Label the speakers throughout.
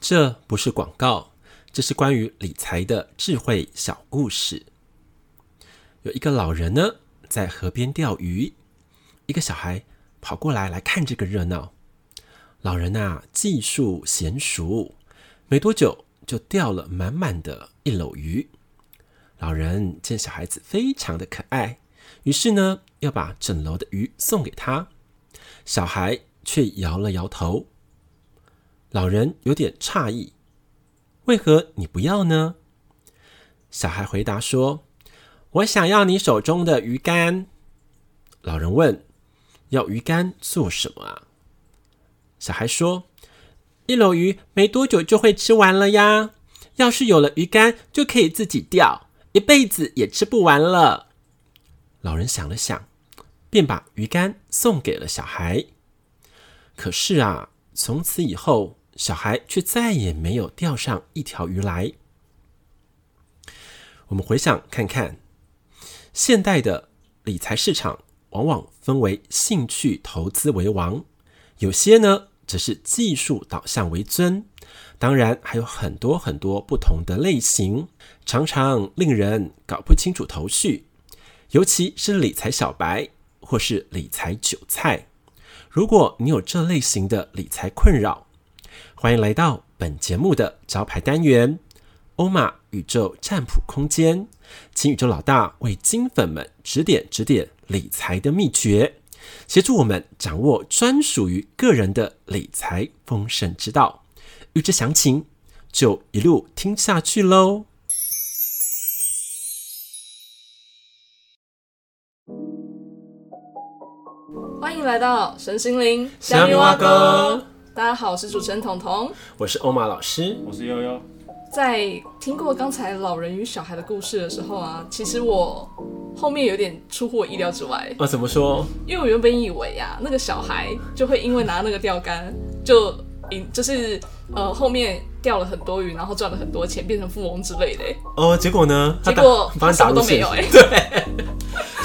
Speaker 1: 这不是广告，这是关于理财的智慧小故事。有一个老人呢，在河边钓鱼，一个小孩跑过来来看这个热闹。老人啊，技术娴熟，没多久就钓了满满的一篓鱼。老人见小孩子非常的可爱，于是呢，要把整篓的鱼送给他。小孩却摇了摇头。老人有点诧异：“为何你不要呢？”小孩回答说：“我想要你手中的鱼竿。”老人问：“要鱼竿做什么啊？”小孩说：“一篓鱼没多久就会吃完了呀，要是有了鱼竿，就可以自己钓，一辈子也吃不完了。”老人想了想，便把鱼竿送给了小孩。可是啊，从此以后，小孩却再也没有钓上一条鱼来。我们回想看看，现代的理财市场往往分为兴趣投资为王，有些呢则是技术导向为尊，当然还有很多很多不同的类型，常常令人搞不清楚头绪。尤其是理财小白或是理财韭菜。如果你有这类型的理财困扰，欢迎来到本节目的招牌单元——欧玛宇宙占卜空间，请宇宙老大为金粉们指点指点理财的秘诀，协助我们掌握专属于个人的理财丰盛之道。预知详情，就一路听下去喽。
Speaker 2: 欢迎来到神心灵
Speaker 1: 虾米蛙哥。
Speaker 2: 大家好，我是主持人彤彤。
Speaker 1: 我是欧玛老师，
Speaker 3: 我是悠悠，
Speaker 2: 在听过刚才老人与小孩的故事的时候啊，其实我后面有点出乎我意料之外，
Speaker 1: 我、啊怎么说？
Speaker 2: 因为我原本以为啊，那个小孩就会因为拿那个钓竿就赢，就是呃后面钓了很多鱼，然后赚了很多钱，变成富翁之类的。
Speaker 1: 哦，结果呢？他
Speaker 2: 结
Speaker 1: 打
Speaker 2: 果
Speaker 1: 把
Speaker 2: 他
Speaker 1: 你
Speaker 2: 什
Speaker 1: 打
Speaker 2: 么
Speaker 1: 入
Speaker 2: 都没
Speaker 1: 现
Speaker 2: 有、
Speaker 1: 实，
Speaker 2: 哎，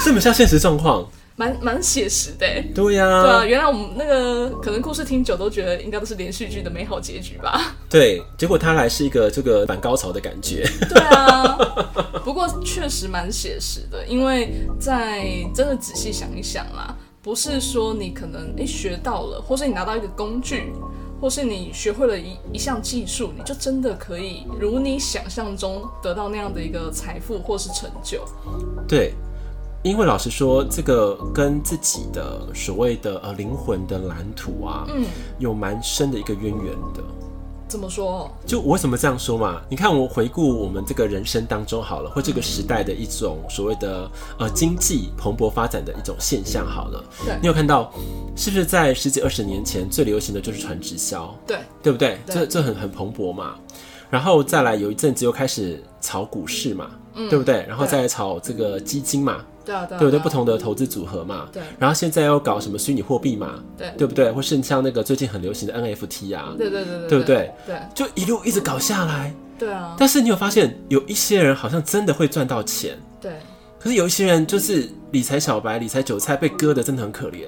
Speaker 1: 这么像现实状况。
Speaker 2: 蛮蛮写实的、哎
Speaker 1: 对呀、
Speaker 2: 对啊，原来我们那个可能故事听久都觉得应该都是连续剧的美好结局吧。
Speaker 1: 对，结果他来是一个这个反高潮的感觉。
Speaker 2: 对啊，不过确实蛮写实的，因为在真的仔细想一想啦，不是说你可能诶学到了，或是你拿到一个工具，或是你学会了一一项技术，你就真的可以如你想象中得到那样的一个财富或是成就。嗯
Speaker 1: 对，因为老实说，这个跟自己的所谓的呃灵魂的蓝图啊，
Speaker 2: 嗯，
Speaker 1: 有蛮深的一个渊源的。
Speaker 2: 怎么说？
Speaker 1: 就我为什么这样说嘛？你看，我回顾我们这个人生当中好了，或这个时代的一种所谓的呃经济蓬勃发展的一种现象好了，
Speaker 2: 对
Speaker 1: 你有看到是不是在十几二十年前最流行的就是传直销？
Speaker 2: 对，
Speaker 1: 对不对？
Speaker 2: 对
Speaker 1: 这这很很蓬勃嘛。然后再来有一阵子又开始炒股市嘛，对不对？然后
Speaker 2: 嗯对
Speaker 1: 再来炒这个基金嘛，
Speaker 2: 对啊，对啊，
Speaker 1: 对不对？
Speaker 2: 啊
Speaker 1: 不，同的投资组合嘛。
Speaker 2: 对
Speaker 1: 然后现在又搞什么虚拟货币嘛，
Speaker 2: 对，
Speaker 1: 对不对？或是像那个最近很流行的 NFT 啊，
Speaker 2: 对对对对，
Speaker 1: 对不？对？
Speaker 2: 对啊
Speaker 1: 就一路一直搞下来。
Speaker 2: 对啊，
Speaker 1: 但是你有发现，有一些人好像真的会赚到钱，
Speaker 2: 对
Speaker 1: 可是有一些人就是理财小白、理财韭菜被割的真的很可怜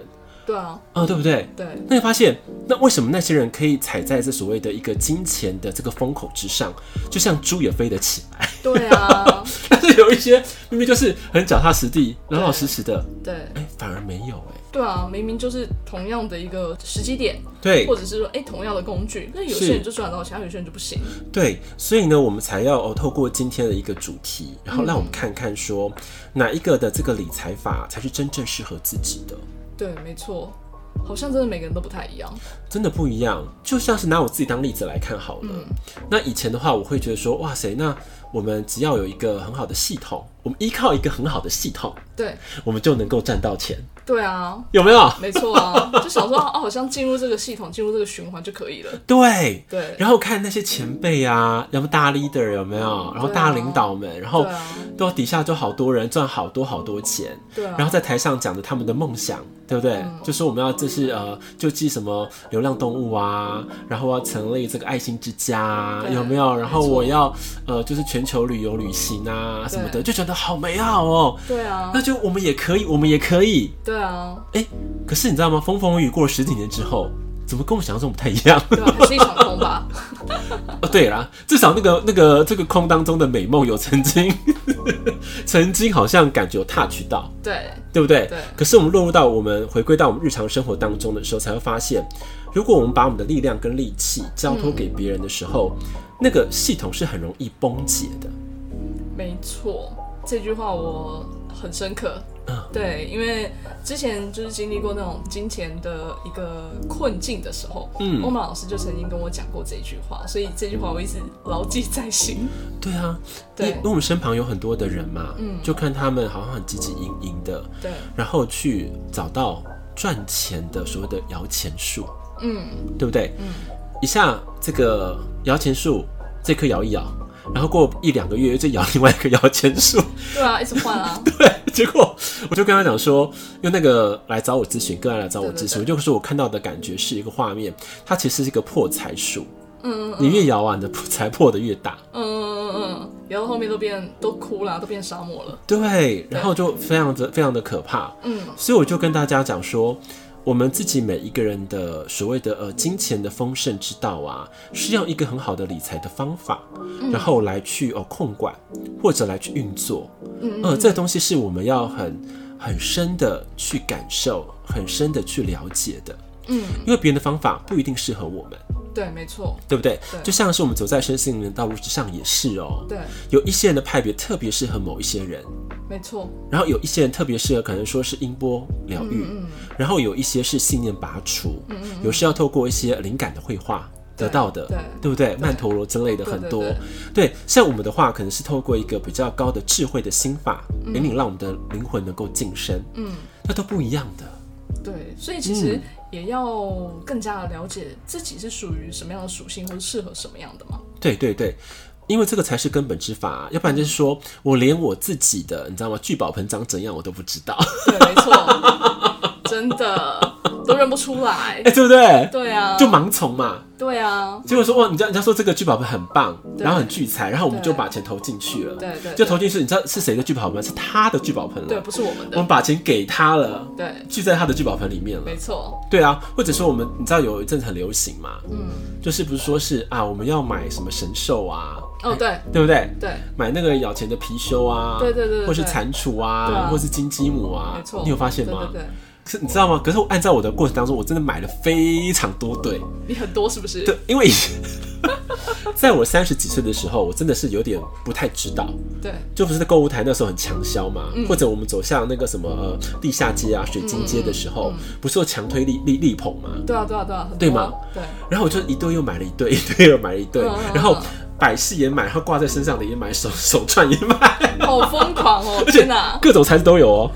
Speaker 2: 对啊，
Speaker 1: 啊、对不对？
Speaker 2: 对
Speaker 1: 那你发现，那为什么那些人可以踩在这所谓的一个金钱的这个风口之上，就像猪也飞得起来？
Speaker 2: 对啊，
Speaker 1: 但是有一些明明就是很脚踏实地、老老实实的，
Speaker 2: 对
Speaker 1: 哎、反而没有哎、
Speaker 2: 对啊，明明就是同样的一个时机点，
Speaker 1: 对
Speaker 2: 或者是说，哎、同样的工具，那有
Speaker 1: 是
Speaker 2: 些人就赚到钱，有些人就不行。
Speaker 1: 对，所以呢，我们才要哦，透过今天的一个主题，然后让我们看看说哪一个的这个理财法才是真正适合自己的。
Speaker 2: 对，没错，好像真的每个人都不太一样。
Speaker 1: 真的不一样。就像是拿我自己当例子来看好了。那以前的话，我会觉得说，哇塞，那我们只要有一个很好的系统，我们依靠一个很好的系统，
Speaker 2: 对，
Speaker 1: 我们就能够赚到钱，
Speaker 2: 对啊，
Speaker 1: 有没有？
Speaker 2: 没 错啊，就想说，哦，好像进入这个系统，进入这个循环就可以了。
Speaker 1: 对。
Speaker 2: 对，
Speaker 1: 然后看那些前辈啊，要么大 leader 有没有，然后大领导们，然后
Speaker 2: 对啊，
Speaker 1: 都底下就好多人赚好多好多钱，
Speaker 2: 对啊，嗯
Speaker 1: 然后在台上讲着他们的梦想，对不对？就说我们要这是呃救济什么流浪动物啊，然后要成立这个爱心之家啊，
Speaker 2: 对
Speaker 1: 有没有？然后
Speaker 2: 没错
Speaker 1: 我要呃就是全球旅游旅行啊什么的，
Speaker 2: 对
Speaker 1: 就觉得好美好哦。
Speaker 2: 对啊
Speaker 1: 那，就我们也可以，我们也可以。
Speaker 2: 对啊，
Speaker 1: 可是你知道吗？风风雨雨过了十几年之后，怎么跟我想象中不太一样？
Speaker 2: 对吧？还是一场空吧。
Speaker 1: 哦，对啦，至少那个那个这个空当中的美梦有曾经， 曾经好像感觉有 touch 到，
Speaker 2: 对，
Speaker 1: 对不对？
Speaker 2: 对
Speaker 1: 可是我们落入到我们回归到我们日常生活当中的时候，才会发现，如果我们把我们的力量跟力气交托给别人的时候，
Speaker 2: 嗯
Speaker 1: 那个系统是很容易崩解的。
Speaker 2: 没错，这句话我很深刻。
Speaker 1: 嗯
Speaker 2: 对，因为之前就是经历过那种金钱的一个困境的时候，
Speaker 1: 嗯
Speaker 2: 欧曼老师就曾经跟我讲过这句话，所以这句话我一直牢记在心。
Speaker 1: 对啊，因
Speaker 2: 对
Speaker 1: 因为我们身旁有很多的人嘛，
Speaker 2: 嗯
Speaker 1: 就看他们好像很积极营营的，
Speaker 2: 对，
Speaker 1: 然后去找到赚钱的所谓的摇钱树，
Speaker 2: 嗯，
Speaker 1: 对不对？嗯，一下这个摇钱树这棵摇一摇，然后过一两个月又再摇另外一棵摇钱树，
Speaker 2: 对啊，一直换啊，
Speaker 1: 对，结果我就跟他讲说，用那个来找我咨询，个案来找我咨询，我
Speaker 2: 对对
Speaker 1: 就说我看到的感觉是一个画面，它其实是一个破财树，
Speaker 2: 嗯嗯
Speaker 1: 你越摇啊，你的破财破的越大。
Speaker 2: 嗯嗯嗯嗯，然后后面都变都哭了，都变沙漠了。
Speaker 1: 对，然后就非常的非常的可怕，
Speaker 2: 嗯，
Speaker 1: 所以我就跟大家讲说，我们自己每一个人的所谓的呃金钱的丰盛之道啊，是用一个很好的理财的方法，
Speaker 2: 嗯
Speaker 1: 然后来去哦、呃控管或者来去运作，
Speaker 2: 嗯
Speaker 1: 呃，这东西是我们要很很深的去感受，很深的去了解的，
Speaker 2: 嗯，
Speaker 1: 因为别人的方法不一定适合我们，
Speaker 2: 对，没错，
Speaker 1: 对不对？
Speaker 2: 对
Speaker 1: 就像是我们走在身心灵的道路之上也是哦、
Speaker 2: 对，
Speaker 1: 有一些人的派别特别适合某一些人，
Speaker 2: 没错，
Speaker 1: 然后有一些人特别适合，可能说是音波疗
Speaker 2: 嗯
Speaker 1: 愈，然后有一些是信念拔除，有时要透过一些灵感的绘画得到的，
Speaker 2: 对
Speaker 1: 不对？曼陀罗之类的
Speaker 2: 对
Speaker 1: 很
Speaker 2: 对
Speaker 1: 多，
Speaker 2: 对
Speaker 1: 对像我们的话，可能是透过一个比较高的智慧的心法，引领让我们的灵魂能够晋升，
Speaker 2: 嗯，
Speaker 1: 那都不一样的。
Speaker 2: 对，所以其实也要更加的了解自己是属于什么样的属性，或者适合什么样的嘛。
Speaker 1: 对对对，因为这个才是根本之法、啊要不然就是
Speaker 2: 嗯
Speaker 1: 说我连我自己的，你知道吗？聚宝盆长怎样我都不知道，
Speaker 2: 对，没错， 真的都认不出
Speaker 1: 哎、。
Speaker 2: 来
Speaker 1: 对不对？
Speaker 2: 对啊，
Speaker 1: 就盲从嘛，
Speaker 2: 对啊，
Speaker 1: 结果说哇，人家人家说这个聚宝盆很棒，
Speaker 2: 对
Speaker 1: 然后很聚财，然后我们
Speaker 2: 对
Speaker 1: 就把钱投进去了。
Speaker 2: 对对对
Speaker 1: 就投进去，你知道是谁的聚宝盆？是他的聚宝盆了。
Speaker 2: 对，不是我们
Speaker 1: 我们
Speaker 2: 的，
Speaker 1: 把钱给他了，
Speaker 2: 对，
Speaker 1: 聚在他的聚宝盆里面了
Speaker 2: 没。错，
Speaker 1: 对啊，或者说我们你知道有一阵子很流行嘛，
Speaker 2: 嗯，
Speaker 1: 就是不是说是啊，我们要买什么神兽啊，
Speaker 2: 哦，对
Speaker 1: 对不对？
Speaker 2: 对，
Speaker 1: 买那个咬钱的貔貅啊，
Speaker 2: 对对对对
Speaker 1: 或是蟾蜍
Speaker 2: 对
Speaker 1: 啊，
Speaker 2: 啊
Speaker 1: 或是金鸡母啊
Speaker 2: 没，错，
Speaker 1: 你有发现吗？
Speaker 2: 对对
Speaker 1: 可是你知道吗？可是我按照我的过程当中，我真的买了非常多 对。
Speaker 2: 对，你很多是不是？
Speaker 1: 对，因为 在我三十几岁的时候，我真的是有点不太知道，
Speaker 2: 对
Speaker 1: 就不是在购物台那时候很强销嘛，
Speaker 2: 嗯
Speaker 1: 或者我们走向那个什么、呃、地下街啊、水晶街的时候，
Speaker 2: 嗯
Speaker 1: 不是有强推力力力捧嘛？
Speaker 2: 对啊对啊对啊，很多
Speaker 1: 对吗？
Speaker 2: 对，
Speaker 1: 然后我就一对又买了一对，一对又买了一对，
Speaker 2: 嗯嗯嗯
Speaker 1: 然后摆饰也买，然后挂在身上的也买，手 手串也买，
Speaker 2: 好疯狂哦！
Speaker 1: 而且
Speaker 2: 天哪，
Speaker 1: 各种材质都有哦，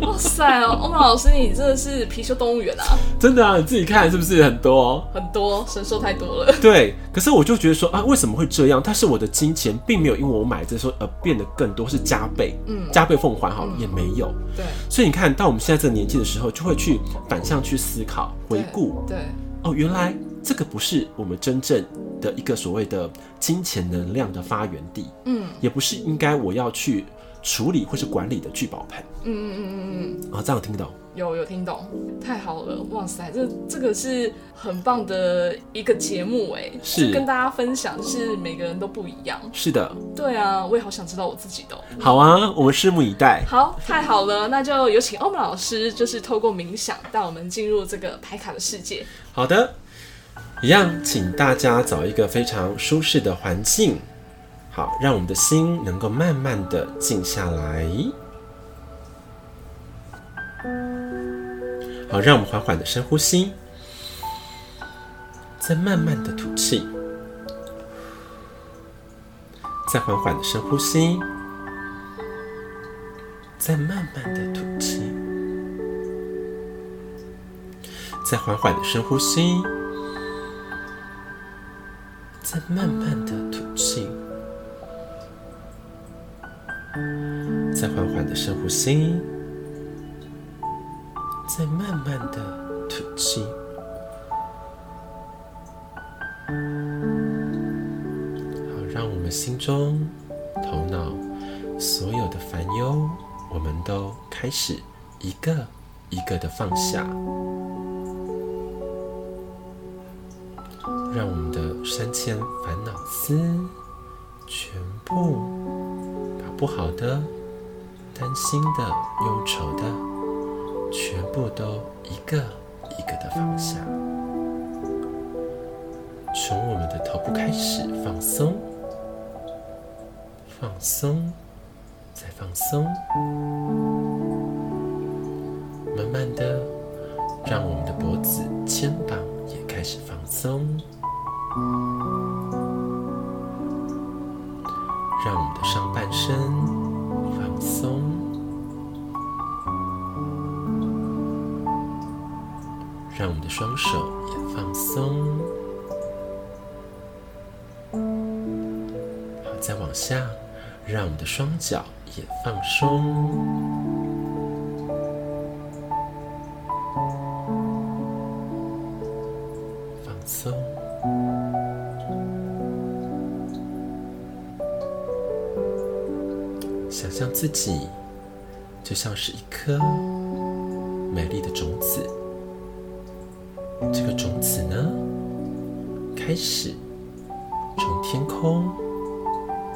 Speaker 2: 哇塞哦，欧曼老师，你真的是貔貅动物园啊，
Speaker 1: 真的啊，你自己看是不是很多哦？
Speaker 2: 很多神兽太多了。
Speaker 1: 对，可是我就觉得说啊，为什么会这样？但是我的金钱并没有因为我买这说而变得更多，是加倍，嗯，加倍奉还好了、也没有。
Speaker 2: 对
Speaker 1: 所以你看到我们现在这个年纪的时候，就会去反向去思考、回顾，
Speaker 2: 对
Speaker 1: 哦，原来这个不是我们真正的一个所谓的金钱能量的发源地，
Speaker 2: 嗯，
Speaker 1: 也不是应该我要去处理或是管理的聚宝盆
Speaker 2: 嗯嗯嗯嗯嗯，
Speaker 1: 哦，这样听懂？
Speaker 2: 有有听懂，太好了！哇塞，这这个是很棒的一个节目哎，
Speaker 1: 是
Speaker 2: 就跟大家分享，就是每个人都不一样。
Speaker 1: 是的，
Speaker 2: 对啊，我也好想知道我自己的哦、
Speaker 1: 好啊，我们拭目以待。
Speaker 2: 好，太好了，那就有请欧姆老师，就是透过冥想带我们进入这个牌卡的世界。
Speaker 1: 好的，一样，请大家找一个非常舒适的环境，好，让我们的心能够慢慢的静下来。好，让我们缓缓的深呼吸，再慢慢的吐气，再缓缓的深呼吸，再慢慢的吐气。再缓缓的深呼吸，再慢慢的吐气，再缓缓的深呼吸，再慢慢的吐气。好，让我们心中、头脑所有的烦忧，我们都开始一个一个的放下。让我们的升迁烦恼丝全部把不好的、担心的、忧愁的，全部都一个一个的放下，从我们的头部开始放松，放松，再放松，慢慢的让我们的脖子、肩膀也开始放松，让我们的上半身放松，让我们的双手也放松。好，再往下，让我们的双脚也放松。放松，想象自己就像是一颗美丽的种子，这个种子呢，开始从天空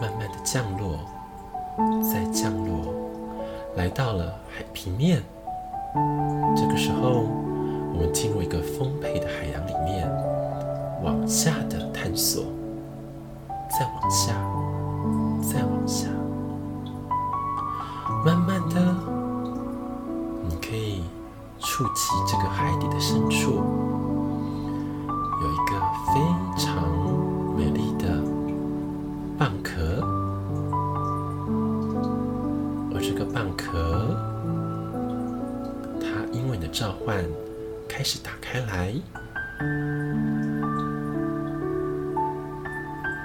Speaker 1: 慢慢的降落，再降落，来到了海平面。这个时候，我们进入一个丰沛的海洋里面，往下的探索，再往下，再往下，慢慢的，你可以触及这个海底的深处，有一个非常美丽的蚌壳，而这个蚌壳。它因为你的召唤开始打开来。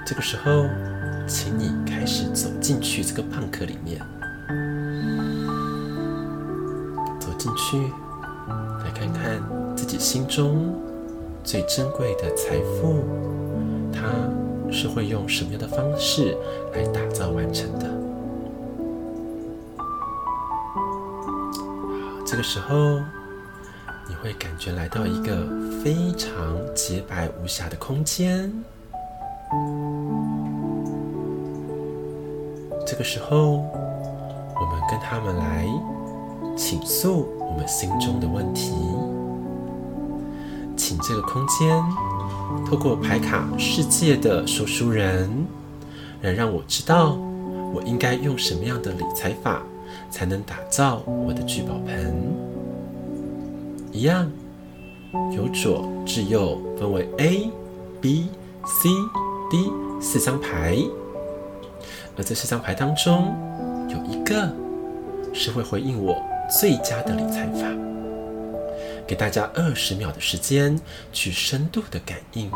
Speaker 1: 这个时候，请你开始走进去这个蚌壳里面，走进去，来看看自己心中最珍贵的财富，它是会用什么样的方式来打造完成的。这个时候，你会感觉来到一个非常洁白无瑕的空间。这个时候，我们跟他们来倾诉我们心中的问题，请这个空间透过牌卡世界的说书人，来让我知道我应该用什么样的理财法才能打造我的聚宝盆。一样，由左至右分为 A、B、C、D 四张牌，而这四张牌当中有一个是会回应我最佳的理财法。给大家二十秒的时间去深度的感应。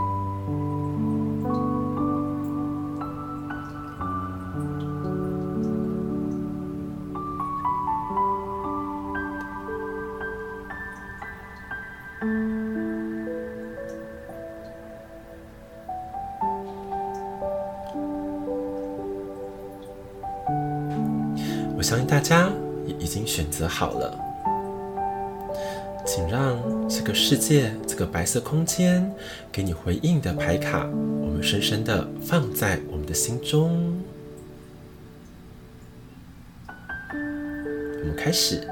Speaker 1: 我相信大家也已经选择好了，请让这个世界、这个白色空间给你回应的牌卡，我们深深的放在我们的心中。我们开始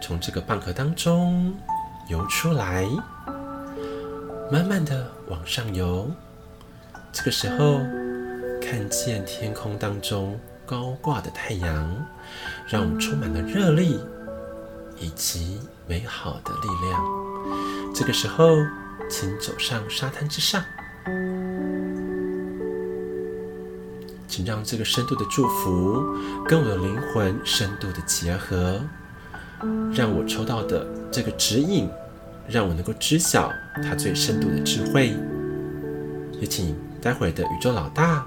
Speaker 1: 从这个蚌壳当中游出来，慢慢的往上游。这个时候，看见天空当中高挂的太阳，让我们充满了热力以及美好的力量。这个时候，请走上沙滩之上，请让这个深度的祝福跟我的灵魂深度的结合，让我抽到的这个指引，让我能够知晓它最深度的智慧。也请待会的宇宙老大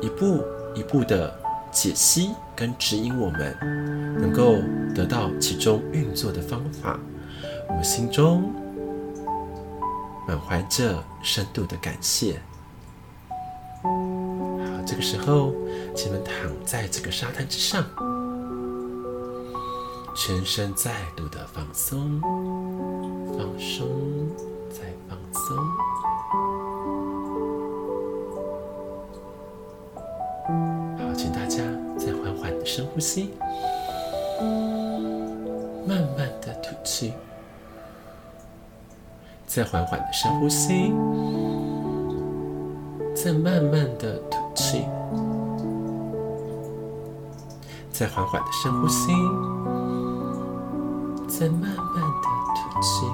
Speaker 1: 一步一步的解析跟指引我们，能够得到其中运作的方法。我们心中满怀着深度的感谢。好，这个时候，请你们躺在这个沙滩之上，全身再度的放松，放松，再放松。深呼吸，慢慢的吐气，再缓缓的深呼吸，再慢慢的吐气，再缓缓的深呼吸，再慢慢的吐气。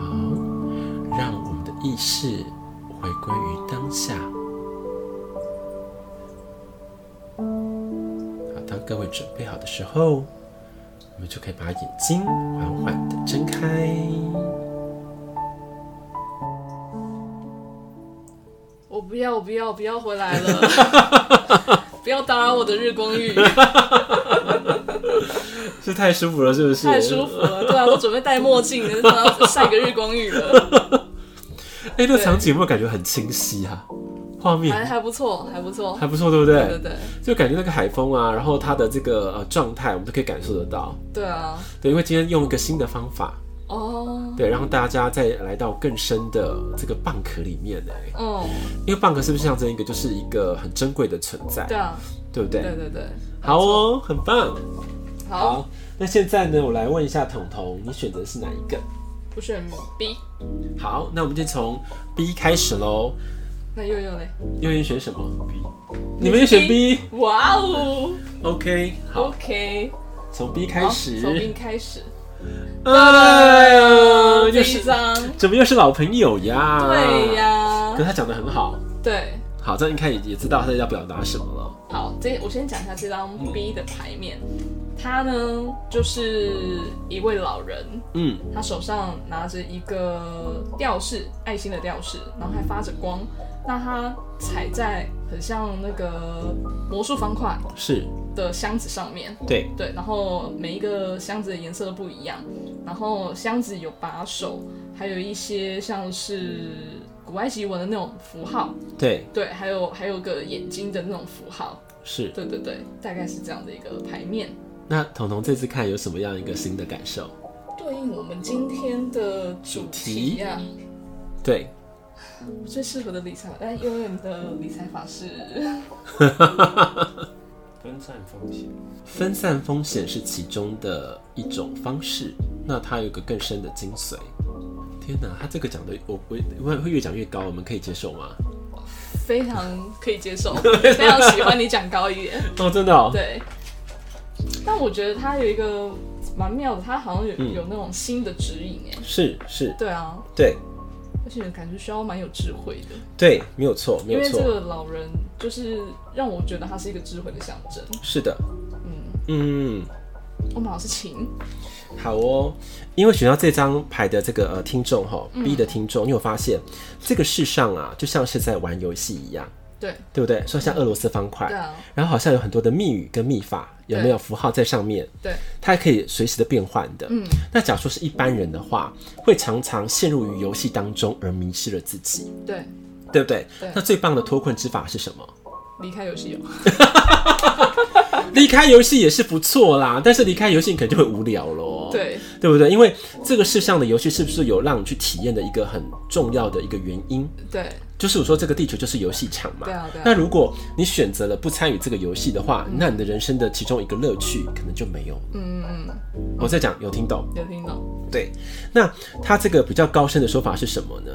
Speaker 1: 好，让我们的意识回归于当下。好，当各位准备好的时候，我们就可以把眼睛缓缓的睁开。
Speaker 2: 我不要，我不要，我不要回 来了，不要打扰我的日光浴，
Speaker 1: 是太舒服了，是不是？
Speaker 2: 太舒服了。对啊，都准备戴墨镜，然后晒个日光浴 了，
Speaker 1: 哎、这个场景有没有感觉很清晰啊？画
Speaker 2: 还
Speaker 1: 面
Speaker 2: 还不错，还不错。
Speaker 1: 还不错，对不
Speaker 2: 对对对，
Speaker 1: 就感觉那个海风啊，然后它的这个呃状态，我们都可以感受得到。
Speaker 2: 对啊，
Speaker 1: 对，因为今天用一个新的方法，
Speaker 2: 哦，
Speaker 1: 对，让大家再来到更深的这个蚌壳里面呢。
Speaker 2: 嗯，
Speaker 1: 因为蚌壳是不是象征一个，就是一个很珍贵的存在，
Speaker 2: 对啊，
Speaker 1: 对不对？
Speaker 2: 对对对，
Speaker 1: 好哦，很棒。
Speaker 2: 好，，
Speaker 1: 那现在呢，我来问一下彤彤，你选择是哪一个？
Speaker 2: 我选 B，
Speaker 1: 好，那我们就从 B 开始喽。
Speaker 2: 那又又嘞，
Speaker 1: 悠悠选什么？B，你们也选 B。
Speaker 2: 哇哦
Speaker 1: OK，好，
Speaker 2: ，OK，
Speaker 1: 从 B 开
Speaker 2: 好，
Speaker 1: 始。
Speaker 2: 从 B 开始，
Speaker 1: 哎呀，
Speaker 2: 这
Speaker 1: 又
Speaker 2: 一
Speaker 1: 是啊
Speaker 2: 张，
Speaker 1: 怎么又是老朋友呀？
Speaker 2: 对、呀
Speaker 1: 可，他讲的很好，
Speaker 2: 对，
Speaker 1: 好，这样一看也也知道他要表达什么了。
Speaker 2: 好，这我先讲一下这张
Speaker 1: 嗯
Speaker 2: B 的牌面，他呢就是一位老人，
Speaker 1: 嗯，
Speaker 2: 他手上拿着一个吊饰，爱心的吊饰，然后还发着光。那他踩在很像那个魔术方块
Speaker 1: 是
Speaker 2: 的箱子上面，
Speaker 1: 对，
Speaker 2: 对，然后每一个箱子的颜色都不一样，然后箱子有把手，还有一些像是古埃及文的那种符号，
Speaker 1: 对，
Speaker 2: 对，还有还有个眼睛的那种符号，
Speaker 1: 是。
Speaker 2: 对对对，大概是这样的一个牌面。
Speaker 1: 那彤彤这次看有什么样一个新的感受？
Speaker 2: 对应我们今天的主题呀、
Speaker 1: 对，
Speaker 2: 我最适合的理财，但因为你的理财法是，
Speaker 3: 分散风险。
Speaker 1: 分散风险是其中的一种方式，那它有一个更深的精髓。天哪，他这个讲的，我我我会越讲越高，我们可以接受 吗？
Speaker 2: 非常可以 接受，非常喜欢你讲高一点，
Speaker 1: 哦，真的哦，
Speaker 2: 对。但我觉得他有一个蛮妙的，他好像有、
Speaker 1: 嗯
Speaker 2: 有那种新的指引哎，
Speaker 1: 是是，
Speaker 2: 对啊，
Speaker 1: 对
Speaker 2: 而且感觉需要蛮有智慧的，
Speaker 1: 对，没有错，没
Speaker 2: 因
Speaker 1: 有
Speaker 2: 为这
Speaker 1: 错，
Speaker 2: 个老人就是让我觉得他是一个智慧的象征，
Speaker 1: 是的，
Speaker 2: 嗯，
Speaker 1: 嗯。
Speaker 2: 我们老师晴，
Speaker 1: 好哦，因为选到这张牌的这个呃听众哈、b
Speaker 2: 嗯
Speaker 1: 的听众，你有发现这个世上啊，就像是在玩游戏一样，
Speaker 2: 对
Speaker 1: 对不对？说
Speaker 2: 嗯
Speaker 1: 像俄罗斯方块
Speaker 2: 对，啊，
Speaker 1: 然后好像有很多的密语跟密法，有没有符号在上面？
Speaker 2: 对，
Speaker 1: 它还可以随时的变换的。嗯，那假如说是一般人的话，会常常陷入于游戏当中而迷失了自己，
Speaker 2: 对，
Speaker 1: 对不对？
Speaker 2: 对
Speaker 1: 那最棒的脱困之法是什么？
Speaker 2: 离开游戏哦有，
Speaker 1: 离开游戏也是不错啦，但是离开游戏你可能就会无聊咯。。
Speaker 2: 对
Speaker 1: 对不对？因为这个世上的游戏是不是有让你去体验的一个很重要的一个原因？
Speaker 2: 对
Speaker 1: 就是我说这个地球就是游戏场嘛。
Speaker 2: 对啊对啊嗯
Speaker 1: 那如果你选择了不参与这个游戏的话，那你的人生的其中一个乐趣可能就没有。嗯嗯。我在讲，有听懂？
Speaker 2: 有听懂，
Speaker 1: 对。那它这个比较高深的说法是什么呢？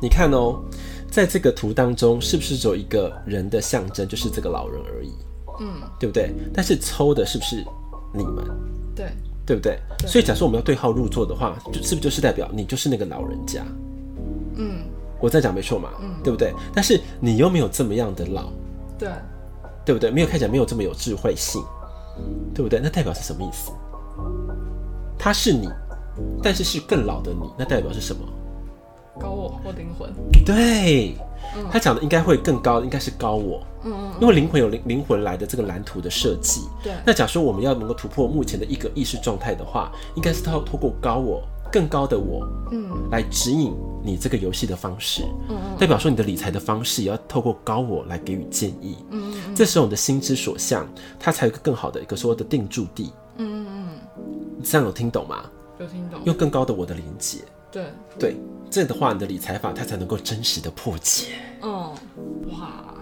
Speaker 1: 你看哦，在这个图当中，是不是只有一个人的象征，就是这个老人而已？嗯，对不对？但是抽的是不是你们？
Speaker 2: 对
Speaker 1: 对不对？所以假设我们要对号入座的话，就是不是就是代表你就是那个老人家？
Speaker 2: 嗯，
Speaker 1: 我在讲没错嘛，对不对？但是你又没有这么样的老，
Speaker 2: 对。
Speaker 1: 对不对？没有看起来没有这么有智慧性，对不对？那代表是什么意思？他是你，但是是更老的你，那代表是什么？
Speaker 2: 高我或灵魂，
Speaker 1: 对，他讲的应该会更高，应该是高我，
Speaker 2: 嗯嗯，
Speaker 1: 因为灵魂有灵灵魂来的这个蓝图的设计。
Speaker 2: 对
Speaker 1: 那假如说我们要能够突破目前的一个意识状态的话，应该是透透过高我更高的我，
Speaker 2: 嗯，
Speaker 1: 来指引你这个游戏的方式。代表说你的理财的方式也要透过高我来给予建议。嗯这时候你的心之所向，它才有一个更好的一个所谓的定住地。嗯嗯嗯，这样有听懂吗？
Speaker 2: 有听懂，
Speaker 1: 用更高的我的连接。
Speaker 2: 对，
Speaker 1: 对，这样的话你的理财法它才能够真实的破解。
Speaker 2: 嗯，哇，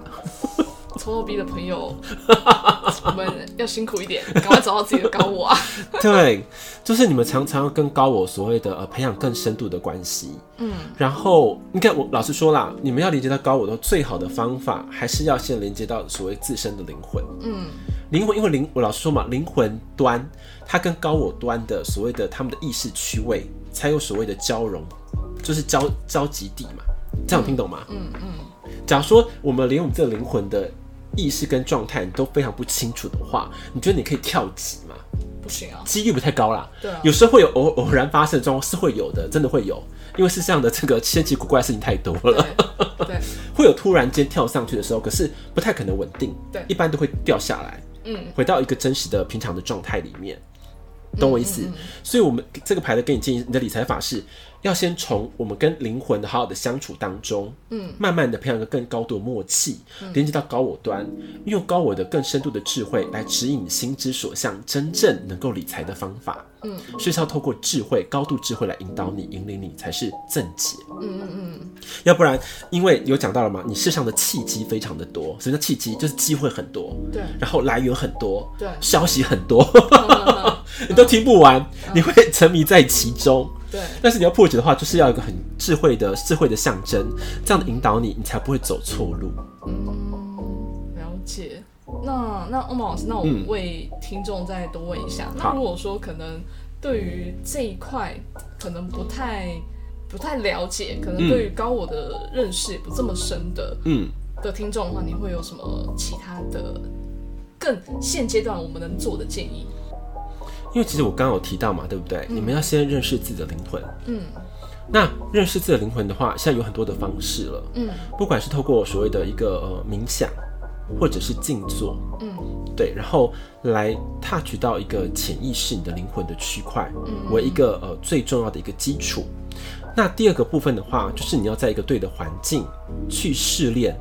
Speaker 2: 臭臭逼的朋友，我们要辛苦 一点，赶快找到自己的高我啊！
Speaker 1: 对，就是你们常常跟高我所谓的呃培养更深度的关系。嗯，然后你看，我老实说啦，你们要连接到高我的最好的方法，还是要先连接到所谓自身的灵魂。嗯，灵魂，因为灵，我老实说嘛，灵魂端它跟高我端的所谓的他们的意识区位，才有所谓的交融，就是交交集地嘛。这样听懂吗？嗯嗯。假如说我们连我们这个灵魂的意识跟状态你都非常不清楚的话，你觉得你可以跳级吗？
Speaker 2: 不行啊，
Speaker 1: 几率不太高啦。
Speaker 2: 对啊
Speaker 1: 有时候会有偶偶然发生的状况是会有的，真的会有，因为世上的这个千奇古怪的事情太多
Speaker 2: 对
Speaker 1: 了，
Speaker 2: 对，
Speaker 1: 会有突然间跳上去的时候，可是不太可能稳定，
Speaker 2: 对
Speaker 1: 一般都会掉下来，
Speaker 2: 嗯，
Speaker 1: 回到一个真实的平常的状态里面，懂我意思？所以，我们这个牌的给你建议，你的理财法是要先从我们跟灵魂的好好的相处当中，嗯，慢慢的培养一个更高度的默契，连接到高我端，运用高我的更深度的智慧来指引你心之所向，真正能够理财的方法，嗯，所以是要透过智慧、高度智慧来引导你、引领你才是正解，要不然，因为有讲到了嘛，你世上的契机非常的多。什么叫契机？就是机会很多，
Speaker 2: 对
Speaker 1: 然后来源很多，
Speaker 2: 对
Speaker 1: 消息很多，
Speaker 2: 嗯
Speaker 1: 你都听不完，你会沉迷在其中。
Speaker 2: 对，
Speaker 1: 但是你要破解的话，就是要有一个很智慧的智慧的象征，这样的引导你，你才不会走错路。
Speaker 2: 嗯，了解。那那欧盟老师，那我
Speaker 1: 嗯
Speaker 2: 为听众再多问一下，
Speaker 1: 好
Speaker 2: 那如果说可能对于这一块可能不太不太了解，可能对于高我的认识也不这么深的、
Speaker 1: 嗯，
Speaker 2: 的听众的话，你会有什么其他的更现阶段我们能做的建议？
Speaker 1: 因为其实我刚刚有提到嘛，对不对？你们要先认识自己的灵魂。
Speaker 2: 嗯
Speaker 1: 那认识自己的灵魂的话，现在有很多的方式了，
Speaker 2: 嗯
Speaker 1: 不管是透过所谓的一个呃冥想，或者是静坐，
Speaker 2: 嗯
Speaker 1: 对，然后来 touch 到一个潜意识你的灵魂的区块，为一个呃最重要的一个基础。那第二个部分的话，就是你要在一个对的环境去试炼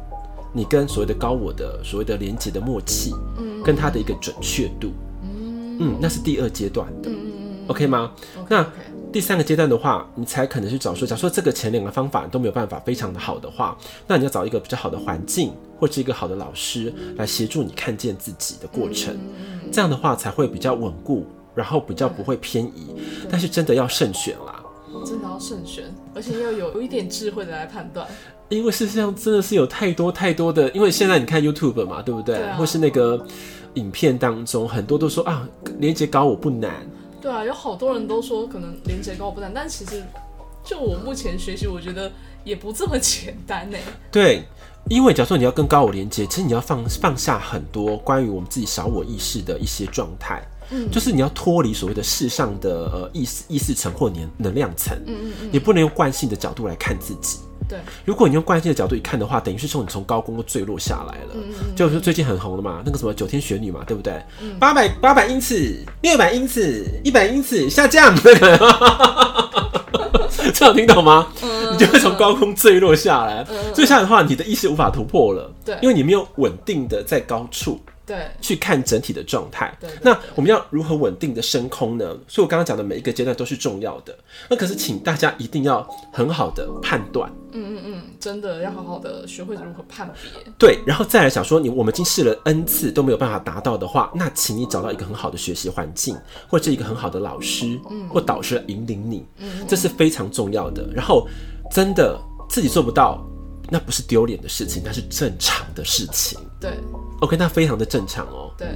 Speaker 1: 你跟所谓的高我的所谓的连接的默契，跟它的一个准确度，
Speaker 2: 嗯
Speaker 1: 嗯，那是第二阶段的
Speaker 2: 嗯
Speaker 1: ，OK 吗？
Speaker 2: ，OK，
Speaker 1: 那
Speaker 2: OK，
Speaker 1: 第三个阶段的话，你才可能去找说，假如说这个前两个方法都没有办法非常的好的话，那你要找一个比较好的环境或是一个好的老师来协助你看见自己的过程，
Speaker 2: 嗯
Speaker 1: 这样的话才会比较稳固，然后比较不会偏移。但是真的要慎选啦，
Speaker 2: 真的要慎选，而且要有有一点智慧的来判断。
Speaker 1: 因为事实上真的是有太多太多的，因为现在你看 YouTube 嘛，对不对？
Speaker 2: 对啊
Speaker 1: 或是那个影片当中很多都说啊，连接高我不难，
Speaker 2: 对啊，有好多人都说可能连接高不难，但其实就我目前学习，我觉得也不这么简单呢。
Speaker 1: 对，因为假如说你要跟高我连接，其实你要放放下很多关于我们自己小我意识的一些状态。嗯，就是你要脱离所谓的世上的呃意识意识层或能能量层，嗯嗯嗯，你不能用惯性的角度来看自己。
Speaker 2: 对，
Speaker 1: 如果你用惯性的角度一看的话，等于是说你从高空坠落下来了。
Speaker 2: 嗯
Speaker 1: 就是最近很红的嘛，那个什么九天玄女嘛，对不对？
Speaker 2: 嗯
Speaker 1: 八百八百英尺，六百英尺，一百英尺下降，那个 这样听懂吗？
Speaker 2: 嗯
Speaker 1: 你就会从高空坠落下来。坠下来的话，你的意识无法突破了，
Speaker 2: 对
Speaker 1: 因为你没有稳定的在高处。
Speaker 2: 对，
Speaker 1: 去看整体的状态
Speaker 2: 对对。
Speaker 1: 那
Speaker 2: 对
Speaker 1: 我们要如何稳定的升空呢？所以我刚刚讲的每一个阶段都是重要的。那可是请大家一定要很好的判断，
Speaker 2: 嗯嗯嗯，真的要好好的学会如何判别。
Speaker 1: 对，然后再来想说你我们已经试了 n 次都没有办法达到的话，那请你找到一个很好的学习环境，或者一个很好的老师，或导师来引领你，这是非常重要的。然后真的自己做不到，那不是丢脸的事情，那是正常的事情。
Speaker 2: 对
Speaker 1: OK，那非常的正常哦，
Speaker 2: 对，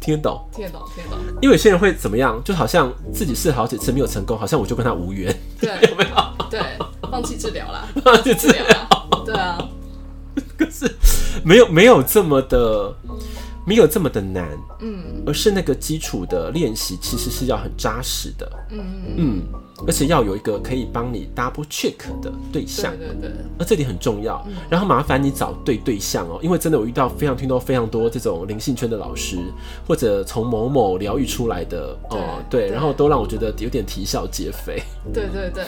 Speaker 1: 听得懂？
Speaker 2: 听得懂，听得懂。
Speaker 1: 因为有些人会怎么样，就好像自己试好几次没有成功，好像我就跟他无缘，
Speaker 2: 对，有没有？对， 放弃治疗啦，
Speaker 1: 就
Speaker 2: 治
Speaker 1: 这样
Speaker 2: 疗啦。对啊，
Speaker 1: 没有没有这么的，没有这么的难，
Speaker 2: 嗯
Speaker 1: 而是那个基础的练习其实是要很扎实的，
Speaker 2: 嗯，嗯，
Speaker 1: 嗯，而且要有一个可以帮你 double check 的对象
Speaker 2: 对，嗯对对，
Speaker 1: 而这点很重要。然后麻烦你找对对象哦，因为真的我遇到非常听到非常多这种灵性圈的老师，或者从某某疗愈出来的哦，
Speaker 2: 对
Speaker 1: 对，
Speaker 2: 对
Speaker 1: 然后都让我觉得有点啼笑皆非。
Speaker 2: 对对对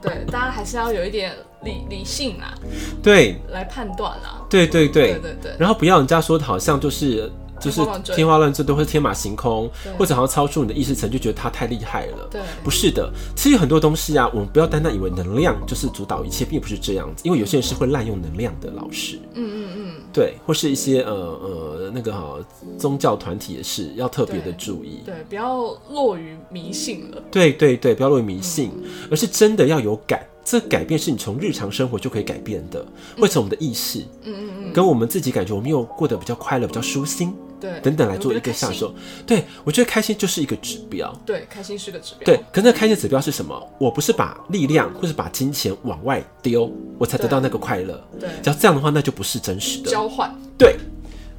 Speaker 2: 对，大家还是要有一点理理性啊，
Speaker 1: 对
Speaker 2: 来判断啦。
Speaker 1: 对对对
Speaker 2: 对对对，
Speaker 1: 然后不要人家说的好像就是就是
Speaker 2: 天花乱坠
Speaker 1: 天花乱坠，都会天马行空
Speaker 2: 对，
Speaker 1: 或者好像超出你的意识层，就觉得它太厉害了。
Speaker 2: 对
Speaker 1: 不是的，其实很多东西啊，我们不要单单以为能量就是主导一切，并不是这样子，因为有些人是会滥用能量的老师，嗯嗯嗯，对，或是一些呃呃那个、呃、宗教团体也是要特别的
Speaker 2: 对
Speaker 1: 注意。
Speaker 2: 对，不要落于迷信了。
Speaker 1: 对对对，不要落于迷信，
Speaker 2: 嗯
Speaker 1: 而是真的要有感。这改变是你从日常生活就可以改变的，会从我们的意识，嗯嗯嗯，跟我们自己感觉我们有过得比较快乐、比较舒心
Speaker 2: 对，
Speaker 1: 等等来
Speaker 2: 我
Speaker 1: 做
Speaker 2: 觉
Speaker 1: 一
Speaker 2: 得
Speaker 1: 个
Speaker 2: 开
Speaker 1: 享
Speaker 2: 心。
Speaker 1: 受。对我觉得开心就是一个指标，
Speaker 2: 对，开心是个指标。
Speaker 1: 对，可是那开心的指标是什么？我不是把力量或是把金钱往外丢，我才得到那个快乐。
Speaker 2: 对
Speaker 1: 只要这样的话，那就不是真实的，
Speaker 2: 交换，
Speaker 1: 对，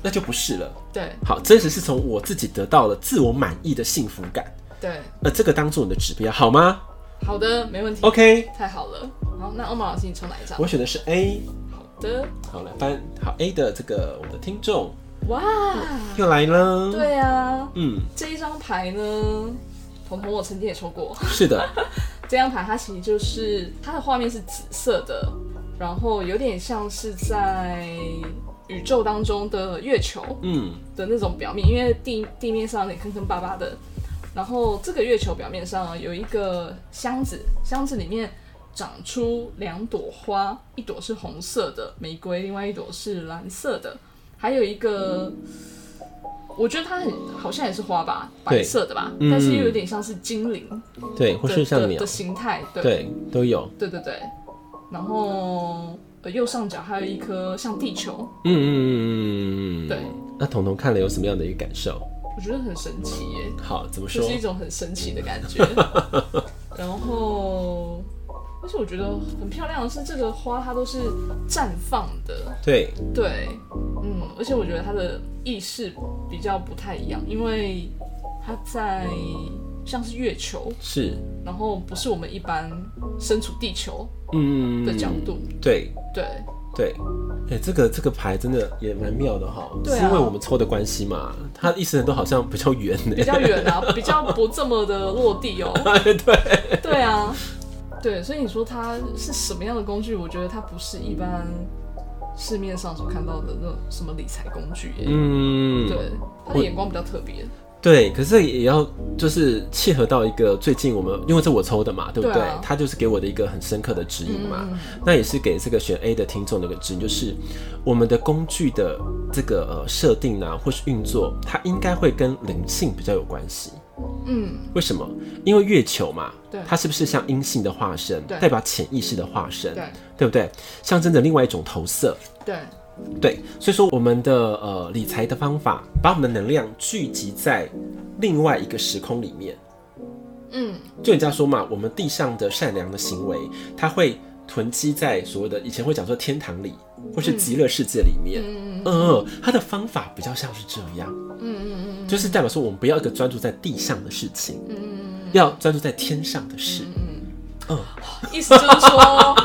Speaker 1: 那就不是了。
Speaker 2: 对
Speaker 1: 好，真实是从我自己得到了自我满意的幸福感，
Speaker 2: 对，
Speaker 1: 那这个当做你的指标好吗
Speaker 2: 好的，没问题。
Speaker 1: ？OK，
Speaker 2: 太好了。好，那欧玛老师你抽哪一张？
Speaker 1: 我选的是 A。
Speaker 2: 好的，
Speaker 1: 好，来翻好 A 的这个我的听众
Speaker 2: 哇，
Speaker 1: 又来了。，
Speaker 2: 对啊，
Speaker 1: 嗯，
Speaker 2: 这一张牌呢，彤彤我曾经也抽过。
Speaker 1: 是的，
Speaker 2: 这张牌它其实就是它的画面是紫色的，然后有点像是在宇宙当中的月球
Speaker 1: 嗯，
Speaker 2: 的那种表面，因为地地面上有点坑坑巴巴的。然后这个月球表面上有一个箱子，箱子里面长出两朵花，一朵是红色的玫瑰，另外一朵是蓝色的，还有一个，我觉得它很好像也是花吧，白
Speaker 1: 对
Speaker 2: 色的吧，
Speaker 1: 嗯
Speaker 2: 但是又有点像是精灵
Speaker 1: 对，或
Speaker 2: 的
Speaker 1: 是像
Speaker 2: 的
Speaker 1: 鸟
Speaker 2: 的，形态，对
Speaker 1: 对，都有。
Speaker 2: 对对对，然后呃右上角还有一颗像地球，
Speaker 1: 嗯嗯嗯嗯嗯嗯。
Speaker 2: 对。
Speaker 1: 那彤彤看了有什么样的一个感受？
Speaker 2: 我觉得很神奇耶，
Speaker 1: 好，怎么
Speaker 2: 就
Speaker 1: 说
Speaker 2: 是？一种很神奇的感 觉。然后，而且我觉得很漂亮的是这个花，它都是绽放的，
Speaker 1: 对，
Speaker 2: 对，嗯，而且我觉得它的意识比较不太一样，因为它在像是月球，
Speaker 1: 是，
Speaker 2: 然后不是我们一般身处地球
Speaker 1: 嗯
Speaker 2: 的角，度，
Speaker 1: 对
Speaker 2: 对。
Speaker 1: 对。哎、这个这个牌真的也蛮妙的哈，
Speaker 2: 对啊
Speaker 1: 是因为我们抽的关系嘛，它一生都好像比较圆呢、
Speaker 2: 比 较远啊， 比较不这么的落地哦。对，对啊，对，所以你说它是什么样的工具？我觉得它不是一般市面上所看到的那种什么理财工具耶。
Speaker 1: 嗯，
Speaker 2: 对，他的眼光比较特别。
Speaker 1: 对，可是也要就是切合到一个最近我们，因为这我抽的嘛，对不对？
Speaker 2: 对啊
Speaker 1: 他就是给我的一个很深刻的指引嘛。
Speaker 2: 嗯
Speaker 1: 那也是给这个选 A 的听众的一个指引，就是我们的工具的这个呃设定啊，或是运作，它应该会跟灵性比较有关系。
Speaker 2: 嗯，
Speaker 1: 为什么？因为月球嘛，
Speaker 2: 对
Speaker 1: 它是不是像阴性的化身，
Speaker 2: 对
Speaker 1: 代表潜意识的化身，
Speaker 2: 对
Speaker 1: 对不对？象征着另外一种投射，
Speaker 2: 对
Speaker 1: 对，所以说我们的呃理财的方法，把我们的能量聚集在另外一个时空里面。
Speaker 2: 嗯，
Speaker 1: 就人家说嘛，我们地上的善良的行为，它会囤积在所谓的以前会讲说天堂里，或是极乐世界里面。嗯嗯，它的方法比较像是这样。嗯嗯嗯，就是代表说我们不要一个专注在地上的事情，嗯要专注在天上的事。
Speaker 2: 嗯意思就是说，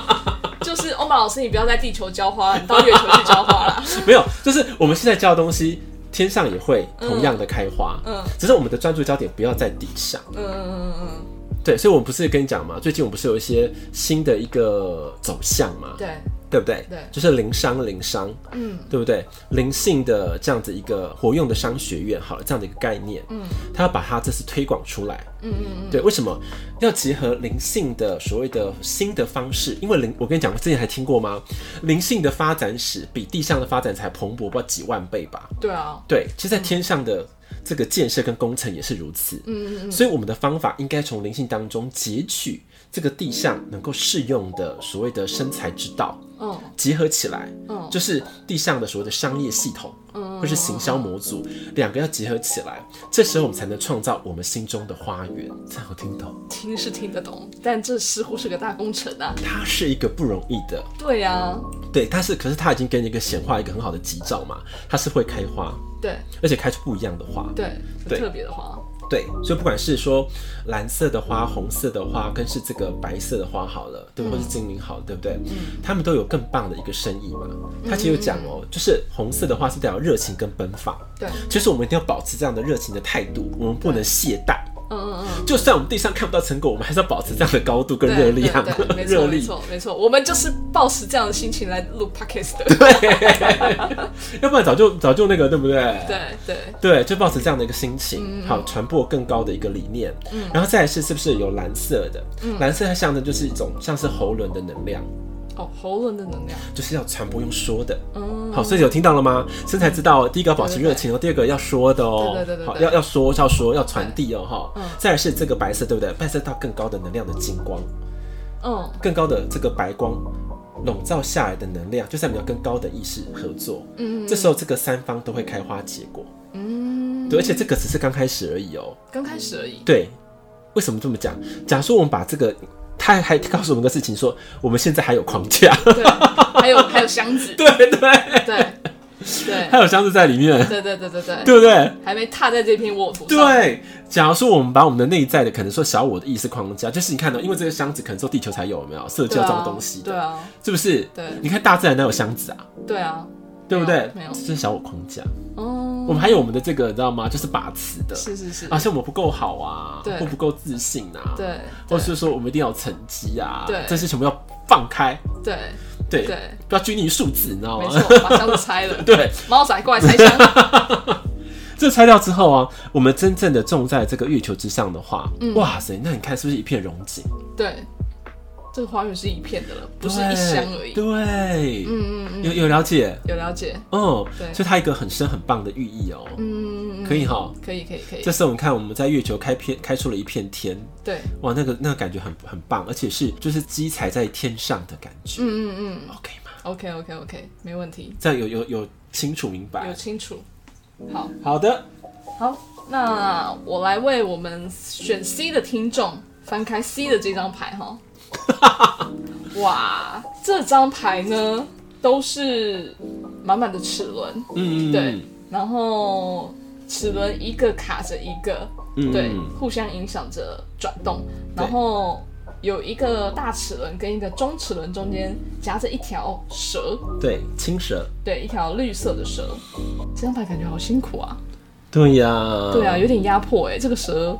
Speaker 2: 就是欧玛老师，你不要在地球浇花，你到月球去浇花啦。
Speaker 1: 没有，就是我们现在教的东西，天上也会同样的开花。
Speaker 2: 嗯
Speaker 1: 只是我们的专注焦点不要在地上。
Speaker 2: 嗯嗯嗯
Speaker 1: 对，所以我们不是跟你讲嘛，最近我们不是有一些新的一个走向嘛
Speaker 2: 嗯，，对，
Speaker 1: 对不对？
Speaker 2: 对
Speaker 1: 就是灵商灵商，
Speaker 2: 嗯
Speaker 1: 对不对？灵性的这样子一个活用的商学院，好了，这样的一个概念，嗯，他要把它这次推广出来，
Speaker 2: 嗯嗯
Speaker 1: 对，为什么要结合灵性的所谓的新的方式？因为灵，我跟你讲，之前还听过吗？灵性的发展史比地上的发展才蓬勃，不知道几万倍吧？
Speaker 2: 嗯，对啊，
Speaker 1: 对，其实，在天上的这个建设跟工程也是如此。
Speaker 2: 嗯嗯嗯，
Speaker 1: 所以我们的方法应该从灵性当中截取这个地上能够适用的所谓的生财之道，
Speaker 2: 嗯
Speaker 1: 结合起来，
Speaker 2: 嗯
Speaker 1: 就是地上的所谓的商业系统，
Speaker 2: 嗯
Speaker 1: 或是行销模组，两个要结合起来，这时候我们才能创造我们心中的花园。这样我听懂，
Speaker 2: 听是听得懂，但这似乎是个大工程啊。
Speaker 1: 它是一个不容易的，
Speaker 2: 对呀、
Speaker 1: 对，但是可是它已经给你一个显化一个很好的吉兆嘛，它是会开花，
Speaker 2: 对
Speaker 1: 而且开出不一样的花。
Speaker 2: 对，
Speaker 1: 对
Speaker 2: 很特别的花，
Speaker 1: 对，所以不管是说蓝色的花、红色的花，跟是这个白色的花好了，
Speaker 2: 嗯
Speaker 1: 对，或是精灵好了，对不对？他们都有更棒的一个深意嘛。他其实有讲哦、就是红色的花是代表热情跟奔放，
Speaker 2: 对，
Speaker 1: 其实我们一定要保持这样的热情的态度，我们不能懈怠。
Speaker 2: 嗯嗯嗯，
Speaker 1: 就算我们地上看不到成果，我们还是要保持这样的高度跟
Speaker 2: 对
Speaker 1: 热力啊
Speaker 2: 对 对，没，错
Speaker 1: 热
Speaker 2: 没
Speaker 1: 力。
Speaker 2: 错没错，我们就是抱持这样的心情来录 podcast 的，
Speaker 1: 要不然早就早就那个，对不对？
Speaker 2: 对嗯对，
Speaker 1: 对，就保持这样的一个心情，好传播更高的一个理念。
Speaker 2: 嗯
Speaker 1: 然后再来是是不是有蓝色的？蓝色它象征就是一种像是喉轮的能量，
Speaker 2: 哦，喉轮的能量，
Speaker 1: 就是要传播用说的。
Speaker 2: 嗯，
Speaker 1: 好，所以有听到了吗？身材知道，第一个要保持热情哦，第二个要说的哦，
Speaker 2: 对对对对
Speaker 1: 好，
Speaker 2: 对
Speaker 1: 要要说要说要传递哦，哈。
Speaker 2: 嗯
Speaker 1: 再来是这个白色，对不对？白色到更高的能量的金光，
Speaker 2: 嗯
Speaker 1: 更高的这个白光笼罩下来的能量，就是你要跟高的意识合作。
Speaker 2: 嗯
Speaker 1: 这时候这个三方都会开花结果。
Speaker 2: 嗯，
Speaker 1: 对，而且这个只是刚开始而已哦。
Speaker 2: 刚开始而已，
Speaker 1: 对，为什么这么讲？假如说我们把这个，他还告诉我们一个事情说我们现在还有框架，
Speaker 2: 对，还有还有箱子，
Speaker 1: 对对，
Speaker 2: 对对
Speaker 1: 还有箱子在里面，
Speaker 2: 对对对对对，
Speaker 1: 对不对？
Speaker 2: 还没踏在这片沃土上，啊
Speaker 1: 对，假如说我们把我们的内在的，可能说小我的意识框架，就是你看到、因为这个箱子可能说地球才有，有没有社
Speaker 2: 对
Speaker 1: 交
Speaker 2: 啊，
Speaker 1: 这种东西
Speaker 2: 对
Speaker 1: 的，
Speaker 2: 啊，
Speaker 1: 是不是？
Speaker 2: 对
Speaker 1: 你看大自然哪有箱子啊，
Speaker 2: 对啊，
Speaker 1: 对不对？
Speaker 2: 没有没有
Speaker 1: 这是小我框架。我
Speaker 2: 哦，
Speaker 1: 们还有我们的这个，你知道吗？就是把持的，
Speaker 2: 是是是，
Speaker 1: 啊，像我们不够好啊，
Speaker 2: 对
Speaker 1: 或不够自信啊，
Speaker 2: 对，
Speaker 1: 或是说我们一定要有成绩啊，
Speaker 2: 对
Speaker 1: 这些全部要放开，
Speaker 2: 对
Speaker 1: 对，
Speaker 2: 对对，
Speaker 1: 不要拘泥于数字，你知道
Speaker 2: 没
Speaker 1: 吗？
Speaker 2: 错，把箱子拆了，
Speaker 1: 对，
Speaker 2: 猫仔过来拆箱，
Speaker 1: 这拆掉之后啊，我们真正的种在这个月球之上的话，
Speaker 2: 嗯
Speaker 1: 哇塞，那你看是不是一片荣景？
Speaker 2: 对，这个花园是一片的了，不是
Speaker 1: 对
Speaker 2: 一箱而已，
Speaker 1: 对，
Speaker 2: 嗯嗯嗯，
Speaker 1: 有有了解，
Speaker 2: 有了解，
Speaker 1: 嗯，
Speaker 2: 对
Speaker 1: 所以它一个很深很棒的寓意哦，
Speaker 2: 嗯，嗯嗯
Speaker 1: 可以哈。
Speaker 2: 可以可以可以
Speaker 1: 这，次我们看我们在月球开片开出了一片天，
Speaker 2: 对，
Speaker 1: 哇，那个那个感觉很很棒，而且是就是鸡踩在天上的感觉、
Speaker 2: 嗯嗯嗯
Speaker 1: o k 吗？
Speaker 2: ，OK OK OK，没问题，
Speaker 1: 这样有有有清楚明
Speaker 2: 有
Speaker 1: 白。
Speaker 2: 清楚，好。
Speaker 1: 好的，
Speaker 2: 好，那我来为我们选 C 的听众翻开 C 的这张 牌哈。哇，这张牌呢都是满满的齿轮，
Speaker 1: 嗯，
Speaker 2: 对，然后齿轮一个卡着一个，
Speaker 1: 嗯
Speaker 2: 对，
Speaker 1: 嗯
Speaker 2: 互相影响着转动，
Speaker 1: 对
Speaker 2: 然后。有一个大齿轮跟一个中齿轮中间夹着一条蛇，
Speaker 1: 对，青蛇，
Speaker 2: 对，一条绿色的蛇。这张牌感觉好辛苦啊！
Speaker 1: 对呀、
Speaker 2: 对啊，有点压迫哎、这个蛇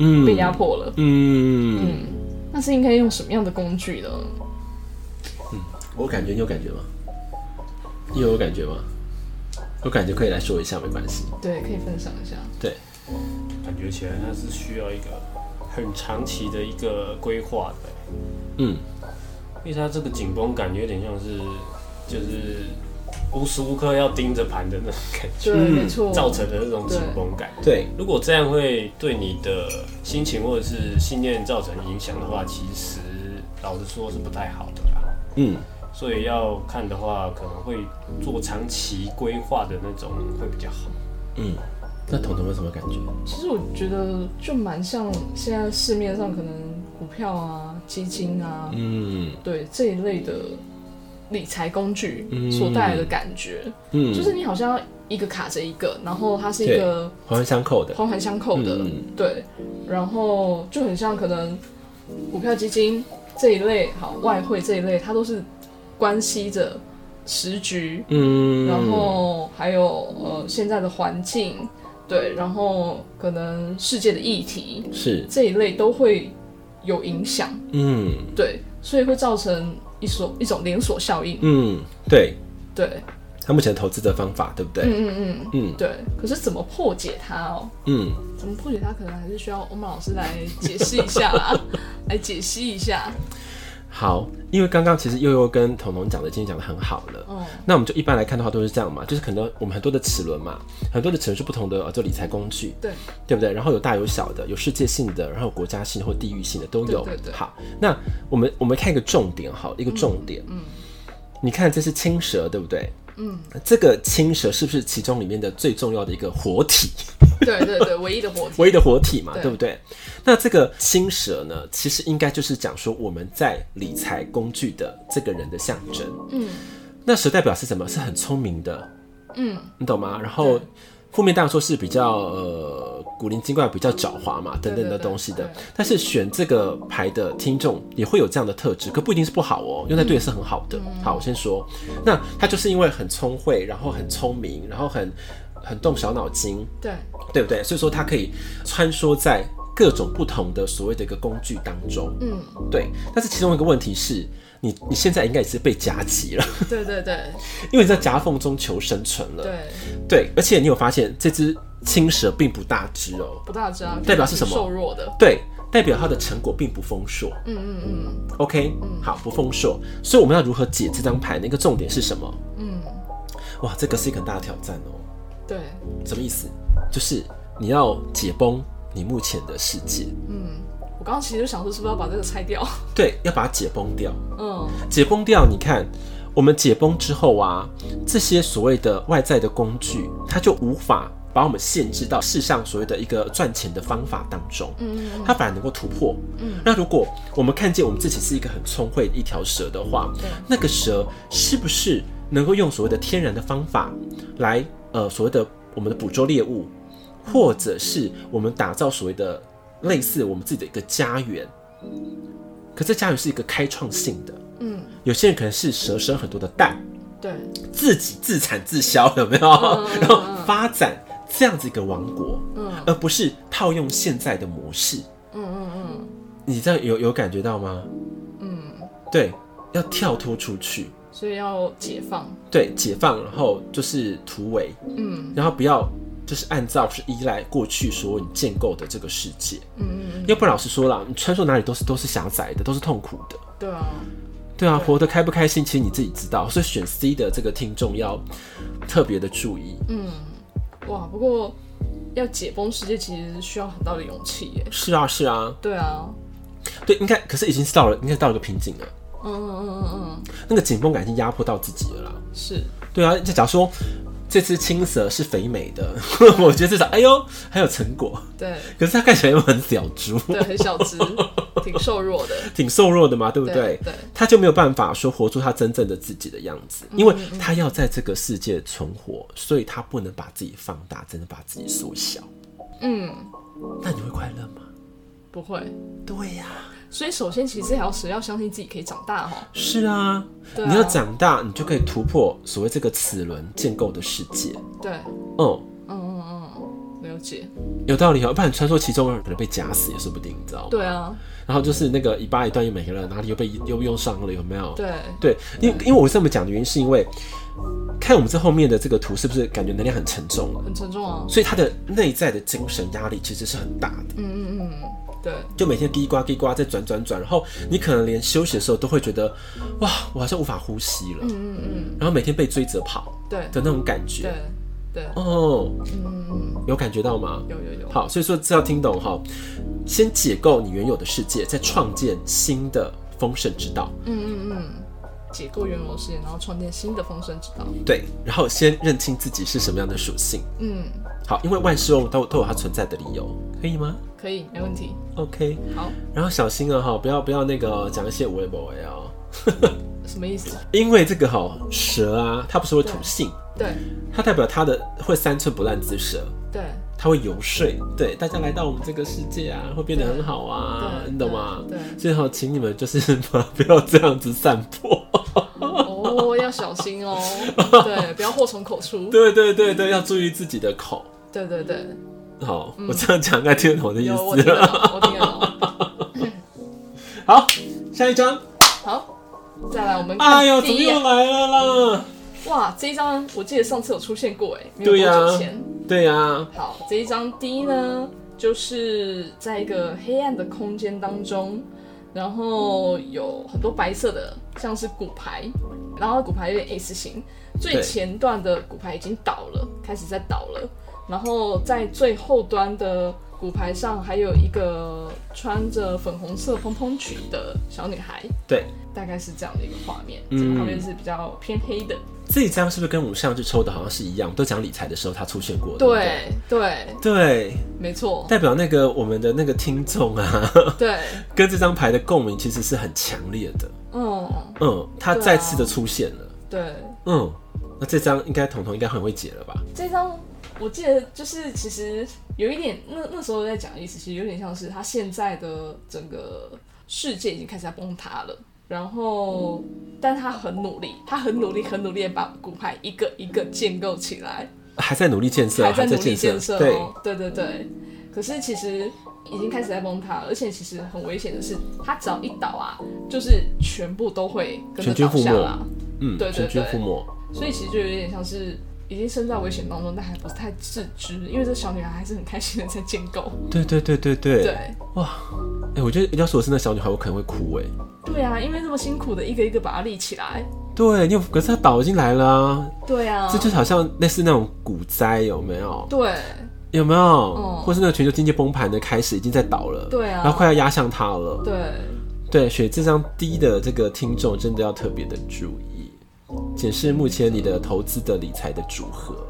Speaker 1: 嗯，
Speaker 2: 被压迫了。
Speaker 1: 嗯，
Speaker 2: 嗯，那是应该用什么样的工具呢？
Speaker 1: 我感觉你有感觉吗？你有感觉吗？有感觉可以来说一下，没关系。
Speaker 2: 对，可以分享一下。
Speaker 1: 对，
Speaker 3: 感觉起来它是需要一个很长期的一个规划的欸、
Speaker 1: 嗯，
Speaker 3: 因为它这个紧绷感有点像是就是无时无刻要盯着盘的那种感觉，
Speaker 2: 对，
Speaker 1: 嗯
Speaker 2: 没错。
Speaker 3: 造成的那种紧绷感。
Speaker 1: 对，
Speaker 3: 如果这样会对你的心情或者是信念造成影响的话，其实老实说是不太好的啦。
Speaker 1: 嗯，
Speaker 3: 所以要看的话，可能会做长期规划的那种会比较好。
Speaker 1: 嗯，那彤彤有什么感觉？
Speaker 2: 其实我觉得就蛮像现在市面上可能股票啊、基金啊，
Speaker 1: 嗯
Speaker 2: 对这一类的理财工具
Speaker 1: 嗯
Speaker 2: 所带来的感觉，
Speaker 1: 嗯，
Speaker 2: 就是你好像要一个卡着一个，然后它是一个
Speaker 1: 环环相扣的。
Speaker 2: 环环相扣的，
Speaker 1: 嗯
Speaker 2: 对，然后就很像可能股票、基金这一类，好，外汇这一类，它都是关系着时局，
Speaker 1: 嗯，
Speaker 2: 然后还有呃现在的环境，对，然后可能世界的议题
Speaker 1: 是，
Speaker 2: 这一类都会有影响，
Speaker 1: 嗯
Speaker 2: 对，所以会造成一所一种连锁效应，
Speaker 1: 嗯，对，
Speaker 2: 对，
Speaker 1: 他目前投资的方法，对不对？
Speaker 2: 嗯嗯嗯，
Speaker 1: 嗯
Speaker 2: 对。可是怎么破解它哦？
Speaker 1: 嗯，
Speaker 2: 怎么破解它，可能还是需要欧曼老师来解释一下 啦，来解析一下。
Speaker 1: 好，因为刚刚其实悠悠跟彤彤讲的，今天讲的很好了。
Speaker 2: 嗯，
Speaker 1: 那我们就一般来看的话都是这样嘛，就是可能我们很多的齿轮嘛，很多的齿轮是不同的呃，做理财工具，
Speaker 2: 对，
Speaker 1: 对不对？然后有大有小的，有世界性的，然后有国家性或地域性的都有。
Speaker 2: 对对对
Speaker 1: 好，那我们我们看一个重点好了，一个重点。嗯，你看这是青蛇，对不对？嗯，这个青蛇是不是其中里面的最重要的一个活体，
Speaker 2: 对对对， 唯一的活体。
Speaker 1: 唯一的活体嘛，
Speaker 2: 对
Speaker 1: 对不对？那这个青蛇呢，其实应该就是讲说我们在理财工具的这个人的象征。
Speaker 2: 嗯
Speaker 1: 那蛇代表是什么？是很聪明的，
Speaker 2: 嗯，
Speaker 1: 你懂吗？然后
Speaker 2: 对
Speaker 1: 负面当然说是比较呃古灵精怪、比较狡猾嘛等等
Speaker 2: 对对
Speaker 1: 的
Speaker 2: 对
Speaker 1: 东西的
Speaker 2: 对，
Speaker 1: 但是选这个牌的听众也会有这样的特质，可不一定是不好哦，用在对的是很好的。
Speaker 2: 嗯
Speaker 1: 好，我先说，那他就是因为很聪慧，然后很聪明，然后很很动小脑筋，
Speaker 2: 对，
Speaker 1: 对不对？所以说他可以穿梭在。各种不同的所谓的一个工具当中。
Speaker 2: 嗯，
Speaker 1: 对，但是其中一个问题是你你现在应该也是被夹击了，
Speaker 2: 对对对
Speaker 1: 因为你在夹缝中求生存了。
Speaker 2: 对，
Speaker 1: 对，而且你有发现这只青蛇并不大只哦，
Speaker 2: 不大知道
Speaker 1: 代表是什么
Speaker 2: 瘦弱的，
Speaker 1: 对，代表它的成果并不丰硕。
Speaker 2: 嗯嗯嗯
Speaker 1: OK，好，不丰硕，所以我们要如何解这张牌的一个重点是什么？
Speaker 2: 嗯，
Speaker 1: 哇，这个是一个很大的挑战哦。
Speaker 2: 对，
Speaker 1: 什么意思？就是你要解崩你目前的世界，
Speaker 2: 嗯，我刚刚其实就想说是不是要把这个拆掉？
Speaker 1: 对，要把它解崩掉。
Speaker 2: 嗯，
Speaker 1: 解崩掉，你看，我们解崩之后啊，这些所谓的外在的工具，它就无法把我们限制到世上所谓的一个赚钱的方法当中。
Speaker 2: 嗯，
Speaker 1: 它反而能够突破。
Speaker 2: 嗯，
Speaker 1: 那如果我们看见我们自己是一个很聪慧的一条蛇的话
Speaker 2: 对，
Speaker 1: 那个蛇是不是能够用所谓的天然的方法来呃所谓的我们的捕捉猎物，或者是我们打造所谓的类似我们自己的一个家园？可这家园是一个开创性的，
Speaker 2: 嗯，
Speaker 1: 有些人可能是蛇生很多的蛋，
Speaker 2: 对，
Speaker 1: 自己自产自销，有没有？然后发展这样子一个王国，
Speaker 2: 嗯
Speaker 1: 而不是套用现在的模式。
Speaker 2: 嗯嗯
Speaker 1: 你这样有有感觉到吗？嗯，对，要跳脱出去，
Speaker 2: 嗯，所以要解放，
Speaker 1: 对，解放，然后就是突围，
Speaker 2: 嗯
Speaker 1: 然后不要就是按照是依赖过去所有你建构的这个世界，
Speaker 2: 嗯嗯，
Speaker 1: 要不然老实说啦，你穿梭哪里都是都是狭窄的，都是痛苦的。
Speaker 2: 对啊，
Speaker 1: 对啊，活得开不开心，其实你自己知道。所以选 C 的这个听众要特别的注意。
Speaker 2: 嗯，哇，不过要解封世界其实需要很大的勇气耶，
Speaker 1: 是啊，是啊，
Speaker 2: 对啊，
Speaker 1: 对，应该，可是已经是到了，应该到了一个瓶颈了。
Speaker 2: 嗯嗯嗯嗯
Speaker 1: 那个紧绷感已经压迫到自己了啦。
Speaker 2: 嗯，是，
Speaker 1: 对啊，就假如说这只青蛇是肥美的， 我觉得至少哎呦很有成果。
Speaker 2: 对
Speaker 1: 可是它看起来又很小猪，
Speaker 2: 对，很小 只，挺瘦弱的，
Speaker 1: 挺瘦弱的嘛，对不
Speaker 2: 对
Speaker 1: 对？
Speaker 2: 对
Speaker 1: 它就没有办法说活出它真正的自己的样子，
Speaker 2: 嗯
Speaker 1: 因为它要在这个世界存活，所以它不能把自己放大，真的把自己缩小。
Speaker 2: 嗯，
Speaker 1: 那你会快乐吗？
Speaker 2: 不会。
Speaker 1: 对呀、
Speaker 2: 所以首先，其实这条蛇要相信自己可以长大哦哈。
Speaker 1: 是啊，
Speaker 2: 对啊
Speaker 1: 你要长大，你就可以突破所谓这个齿轮建构的世界。
Speaker 2: 对，
Speaker 1: 嗯，
Speaker 2: 嗯嗯嗯，了解。
Speaker 1: 有道理哦，不然穿梭其中可能被夹死也说不定，你知道吗？
Speaker 2: 对啊，
Speaker 1: 然后就是那个尾巴一断，又没了，哪里又被又又伤了，有没有？
Speaker 2: 对，
Speaker 1: 对，因为因为我这么讲的原因，是因为看我们这后面的这个图，是不是感觉能量很沉重了？
Speaker 2: 很沉重啊。
Speaker 1: 所以他的内在的精神压力其实是很大的，
Speaker 2: 嗯嗯嗯，对，
Speaker 1: 就每天滴呱滴呱在转转转，然后你可能连休息的时候都会觉得，哇，我好像无法呼吸了，
Speaker 2: 嗯嗯
Speaker 1: 然后每天被追着跑
Speaker 2: 嗯，对
Speaker 1: 的那种感觉
Speaker 2: 对。对，
Speaker 1: 哦，
Speaker 2: 嗯嗯嗯，
Speaker 1: 有感觉到吗？
Speaker 2: 有有有。
Speaker 1: 好，所以说这要听懂哈，先解构你原有的世界，再创建新的丰盛之道。
Speaker 2: 嗯嗯嗯，解构原有世界，然后创建新的丰盛之道。
Speaker 1: 对，然后先认清自己是什么样的属性。
Speaker 2: 嗯，
Speaker 1: 好，因为万事万物哦都都有它存在的理由，可以吗
Speaker 2: 可以，没问题。
Speaker 1: ？OK，
Speaker 2: 好，
Speaker 1: 然后小心啊哈，不要不要那个讲一些无为不为哦，
Speaker 2: 什么意思？
Speaker 1: 因为这个哈蛇啊，它不是会吐信，
Speaker 2: 对
Speaker 1: 它代表它的会三寸不烂之舌，
Speaker 2: 对
Speaker 1: 它会游说，对大家来到我们这个世界啊，会变得很好啊，
Speaker 2: 对，
Speaker 1: 你懂吗？
Speaker 2: 对，
Speaker 1: 所以哈，请你们就是 不要这样子散播。
Speaker 2: 哦，要小 心哦，对，不要祸从口出。
Speaker 1: 对对对对，要注意自己的口。
Speaker 2: 对对对，
Speaker 1: 好，我这样讲应该听得懂我的意
Speaker 2: 嗯有我听
Speaker 1: 思
Speaker 2: 得
Speaker 1: 了。
Speaker 2: 懂，我听得懂。
Speaker 1: 好，下一张。
Speaker 2: 好，再来我们看
Speaker 1: 哎呦，怎
Speaker 2: 第
Speaker 1: 么
Speaker 2: 一页
Speaker 1: 又来了啦？
Speaker 2: 哇，这一张我记得上次有出现过哎，没有
Speaker 1: 对
Speaker 2: 多
Speaker 1: 呀
Speaker 2: 久前。
Speaker 1: 对啊呀、
Speaker 2: 好，这一张第一呢，就是在一个黑暗的空间当中，然后有很多白色的，像是骨牌，然后骨牌有点 S 型，最
Speaker 1: 对
Speaker 2: 前段的骨牌已经倒了，开始在倒了，然后在最后端的骨牌上还有一个穿着粉红色蓬蓬裙的小女孩，
Speaker 1: 对，
Speaker 2: 大概是这样的一个画面，这
Speaker 1: 嗯
Speaker 2: 个画面是比较偏黑的，
Speaker 1: 这一张是不是跟我们上次抽的好像是一样？我们都讲理财的时候它出现过。不
Speaker 2: 对对，
Speaker 1: 对，
Speaker 2: 没错，
Speaker 1: 代表那个我们的那个听众啊，
Speaker 2: 对，
Speaker 1: 跟这张牌的共鸣其实是很强烈的。
Speaker 2: 嗯，
Speaker 1: 嗯，它
Speaker 2: 对啊
Speaker 1: 再次的出现了。
Speaker 2: 对。啊
Speaker 1: 嗯，那这张应该彤彤应该很会解了吧？
Speaker 2: 这张我记得就是其实有一点，那那时候在讲的意思，其实有点像是他现在的整个世界已经开始在崩塌了。然后，但他很努力，他很努力，很努力地把骨牌一个一个建构起来，
Speaker 1: 啊还在努力建设，
Speaker 2: 还在努力
Speaker 1: 建
Speaker 2: 建设、哦
Speaker 1: 对，
Speaker 2: 哦。对对对。可是其实已经开始在崩塌了，而且其实很危险的是，它只要一倒啊，就是全部都会跟
Speaker 1: 全
Speaker 2: 着
Speaker 1: 军
Speaker 2: 倒
Speaker 1: 覆
Speaker 2: 下
Speaker 1: 没
Speaker 2: 啦。
Speaker 1: 嗯，
Speaker 2: 对对
Speaker 1: 全军
Speaker 2: 对
Speaker 1: 覆没。
Speaker 2: 所以其实就有点像是已经身在危险当中，但还不太自知，因为这小女孩还是很开心的在建构。
Speaker 1: 对对对对对。
Speaker 2: 对，
Speaker 1: 哎、我觉得要是我是那小女孩，我可能会哭哎、
Speaker 2: 对啊，因为这么辛苦的一个一个把它立起来。
Speaker 1: 对，你有，可是她倒进来了啊，
Speaker 2: 对啊，
Speaker 1: 这就是好像类似那种股灾，有没有？
Speaker 2: 对
Speaker 1: 有没有？
Speaker 2: 嗯
Speaker 1: 或是那个全球经济崩盘的开始已经在倒了，
Speaker 2: 对啊
Speaker 1: 然后快要压向它了。
Speaker 2: 对，
Speaker 1: 对，血质量低的这个听众真的要特别的注意，检视目前你的投资的理财的组合，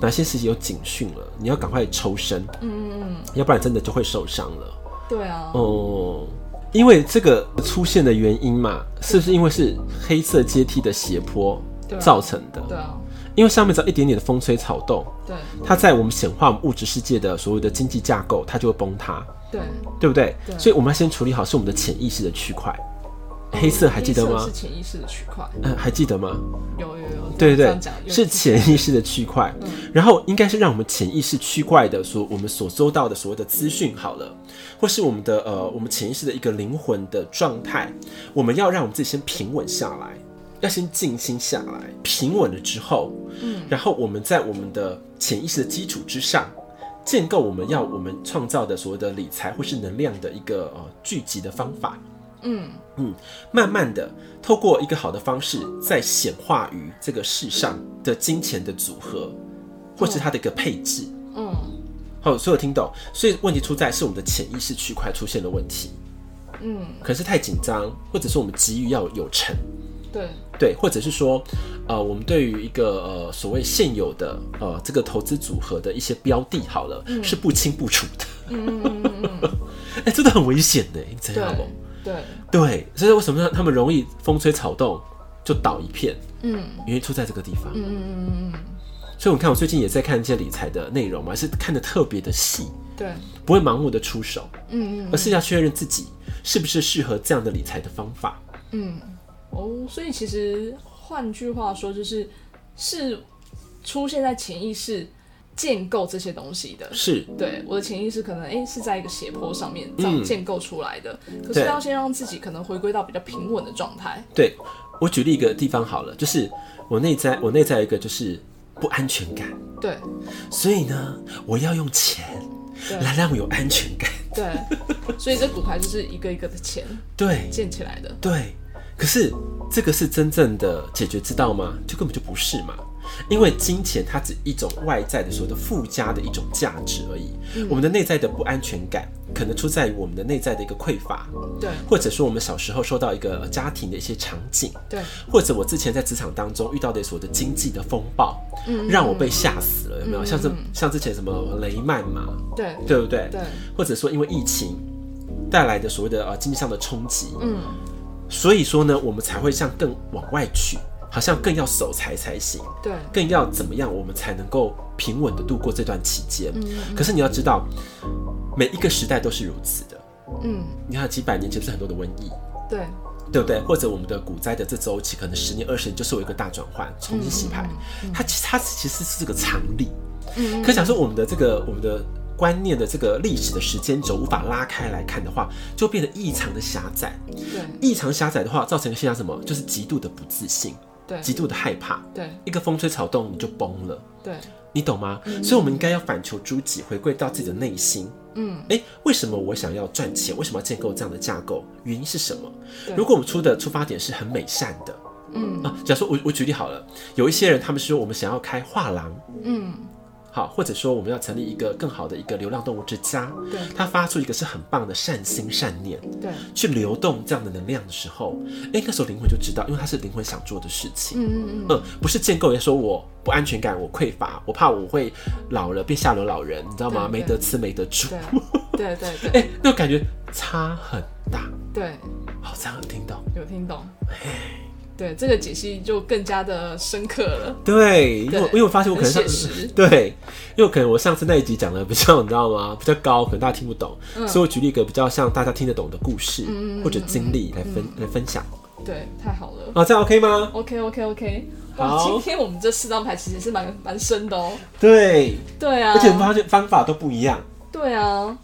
Speaker 1: 哪些事情有警讯了，你要赶快抽身，
Speaker 2: 嗯，
Speaker 1: 要不然真的就会受伤了。
Speaker 2: 对啊，
Speaker 1: 哦、因为这个出现的原因嘛，是不是因为是黑色阶梯的斜坡
Speaker 2: 对啊
Speaker 1: 造成的？
Speaker 2: 对啊，
Speaker 1: 因为上面只要一点点的风吹草动，
Speaker 2: 对
Speaker 1: 它在我们显化我们物质世界的所谓的经济架构，它就会崩塌，
Speaker 2: 对。
Speaker 1: 对不对？
Speaker 2: 对
Speaker 1: 所以我们要先处理好是我们的潜意识的区块。黑色还记得
Speaker 2: 黑
Speaker 1: 吗
Speaker 2: 色是？潜意识的区块，
Speaker 1: 嗯，还记得吗？
Speaker 2: 有有有，
Speaker 1: 对
Speaker 2: 这
Speaker 1: 对
Speaker 2: 样讲有嗯
Speaker 1: 对，是潜意识的区块，然后应该是让我们潜意识区块的所我们所收到的所谓的资讯好了，或是我们的呃我们潜意识的一个灵魂的状态，我们要让我们自己先平稳下来，要先静心下来，平稳了之后，嗯，然后我们在我们的潜意识的基础之上。建构我们要我们创造的所谓的理财或是能量的一个呃聚集的方法，
Speaker 2: 嗯，
Speaker 1: 慢慢的透过一个好的方式，在显化于这个世上的金钱的组合，或是它的一个配置。
Speaker 2: 嗯
Speaker 1: 好，所以我听懂，所以问题出在是我们的潜意识区块出现了问题，
Speaker 2: 嗯，
Speaker 1: 可能是太紧张，或者是我们急于要有成，
Speaker 2: 对
Speaker 1: 对，或者是说，呃，我们对于一个呃所谓现有的呃这个投资组合的一些标的，好了，
Speaker 2: 嗯
Speaker 1: 是不清不楚的， 哎、真的很危险的，你知
Speaker 2: 对
Speaker 1: 道不？
Speaker 2: 对，
Speaker 1: 对，所以为什么他们容易风吹草动就倒一片？
Speaker 2: 嗯
Speaker 1: 原因出在这个地方。
Speaker 2: 嗯嗯嗯嗯，
Speaker 1: 所以你看，我最近也在看一些理财的内容嘛，还是看的特别的细，
Speaker 2: 对，
Speaker 1: 不会盲目的出手，
Speaker 2: 嗯嗯
Speaker 1: 而是要确认自己是不是适合这样的理财的方法。
Speaker 2: 嗯，哦，所以其实换句话说，就是是出现在潜意识建构这些东西的。
Speaker 1: 是
Speaker 2: 对，我的潜意识可能诶、是在一个斜坡上面这样建构出来的，可是
Speaker 1: 对
Speaker 2: 要先让自己可能回归到比较平稳的状态。
Speaker 1: 对我举例一个地方好了，就是我内在我内在有一个就是不安全感，
Speaker 2: 对
Speaker 1: 所以呢，我要用钱
Speaker 2: 对
Speaker 1: 来让我有安全感。
Speaker 2: 对， 所以这骨牌就是一个一个的钱
Speaker 1: 对
Speaker 2: 建起来的。
Speaker 1: 对，可是这个是真正的解决之道吗？就根本就不是嘛。因为金钱它只一种外在的所谓的附加的一种价值而已，我们的内在的不安全感可能出在于我们的内在的一个匮乏，
Speaker 2: 对
Speaker 1: 或者说我们小时候受到一个呃家庭的一些场景，
Speaker 2: 对
Speaker 1: 或者我之前在职场当中遇到的所谓的经济的风暴，让我被吓死了，有没有？像是像之前什么雷曼嘛，
Speaker 2: 对
Speaker 1: 对不对？
Speaker 2: 对，
Speaker 1: 或者说因为疫情带来的所谓的呃经济上的冲击，
Speaker 2: 嗯
Speaker 1: 所以说呢，我们才会像更往外去，好像更要守财才行，
Speaker 2: 对
Speaker 1: 更要怎么样，我们才能够平稳的度过这段期间。可是你要知道，每一个时代都是如此的。
Speaker 2: 嗯
Speaker 1: 你看，几百年前不是很多的瘟疫，
Speaker 2: 对
Speaker 1: 对不对？或者我们的股灾的这周期，可能十年、二十年就是有一个大转换，重新洗牌。它其实它其实是这个常理。可假设我们的这个我们的观念的这个历史的时间轴无法拉开来看的话，就变得异常的狭窄。
Speaker 2: 对
Speaker 1: 异常狭窄的话，造成一个现象什么？就是极度的不自信，
Speaker 2: 对
Speaker 1: 极度的害怕，
Speaker 2: 对
Speaker 1: 一个风吹草动你就崩了，
Speaker 2: 对，
Speaker 1: 你懂吗？所以我们应该要反求诸己，回归到自己的内心。
Speaker 2: 嗯，
Speaker 1: 诶，为什么我想要赚钱？为什么要建构这样的架构？原因是什么
Speaker 2: 对？
Speaker 1: 如果我们出的出发点是很美善的，嗯啊，假如说我我举例好了，有一些人他们是说我们想要开画廊，
Speaker 2: 嗯
Speaker 1: 好，或者说我们要成立一个更好的一个流浪动物之家，
Speaker 2: 对
Speaker 1: 他发出一个是很棒的善心善念，
Speaker 2: 对，
Speaker 1: 去流动这样的能量的时候，诶，那时候灵魂就知道，因为它是灵魂想做的事情。
Speaker 2: 嗯嗯嗯，
Speaker 1: 嗯，不是建构人说我不安全感，我匮乏，我怕我会老了变下流老人，你知道吗？
Speaker 2: 对
Speaker 1: 没得吃没得住，
Speaker 2: 对 对对对
Speaker 1: 哎、那种感觉差很大。
Speaker 2: 对。
Speaker 1: 好，这样有听懂？
Speaker 2: 有听懂？对，这个解析就更加的深刻了。
Speaker 1: 对，因为我
Speaker 2: 对
Speaker 1: 因为我发现我可能上
Speaker 2: 很写实
Speaker 1: 对，因为可能我上次那一集讲的比较，你知道吗？ 比较高，可能大家听不懂，
Speaker 2: 嗯
Speaker 1: 所以我举例一个比较像大家听得懂的故事、或者经历来分、
Speaker 2: 嗯
Speaker 1: 来分享。
Speaker 2: 对，太好了。
Speaker 1: 啊，这样 OK 吗？
Speaker 2: OK OK OK，
Speaker 1: 好
Speaker 2: 哇，今天我们这四张牌其实是蛮蛮深的哦。
Speaker 1: 对，
Speaker 2: 对啊，
Speaker 1: 而且发现方法都不一样。
Speaker 2: 对啊，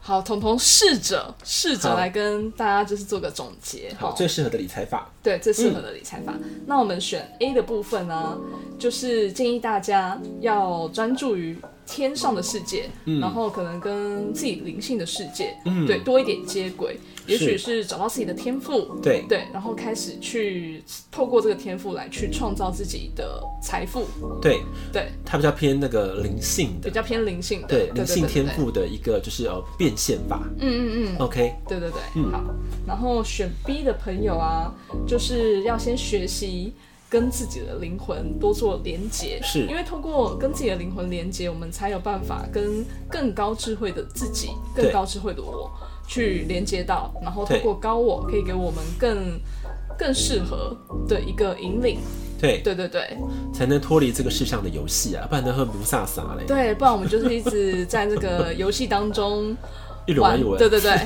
Speaker 2: 好，彤彤试着试着
Speaker 1: 好
Speaker 2: 来跟大家就是做个总结。
Speaker 1: 好，嗯
Speaker 2: 齁
Speaker 1: 最适合的理财法，
Speaker 2: 对，最适合的理财法。那我们选 A 的部分呢，就是建议大家要专注于天上的世界，
Speaker 1: 嗯
Speaker 2: 然后可能跟自己灵性的世界，对，多一点接轨，也许是找到自己的天赋。
Speaker 1: 对
Speaker 2: 对，然后开始去透过这个天赋来去创造自己的财富，
Speaker 1: 对，
Speaker 2: 对，
Speaker 1: 它比较偏那个灵性
Speaker 2: 比
Speaker 1: 的，
Speaker 2: 较偏灵性的，
Speaker 1: 对灵性天，
Speaker 2: 对
Speaker 1: 赋的一个就是呃变现法。
Speaker 2: 对嗯嗯嗯，
Speaker 1: OK，
Speaker 2: 对对对，
Speaker 1: 嗯
Speaker 2: 好。然后选 B 的朋友啊，就是要先学习跟自己的灵魂多做连接，
Speaker 1: 是
Speaker 2: 因为通过跟自己的灵魂连接，我们才有办法跟更高智慧的自己、
Speaker 1: 对
Speaker 2: 更高智慧的我去连接到，然后
Speaker 1: 对
Speaker 2: 通过高我可以给我们更更适合的一个引领。
Speaker 1: 对，
Speaker 2: 对对对
Speaker 1: 才能脱离这个世上的游戏啊，不然呢会不飒飒嘞，
Speaker 2: 对，不然我们就是一直在这个游戏当中。
Speaker 1: 一轮玩一轮。
Speaker 2: 对 对对。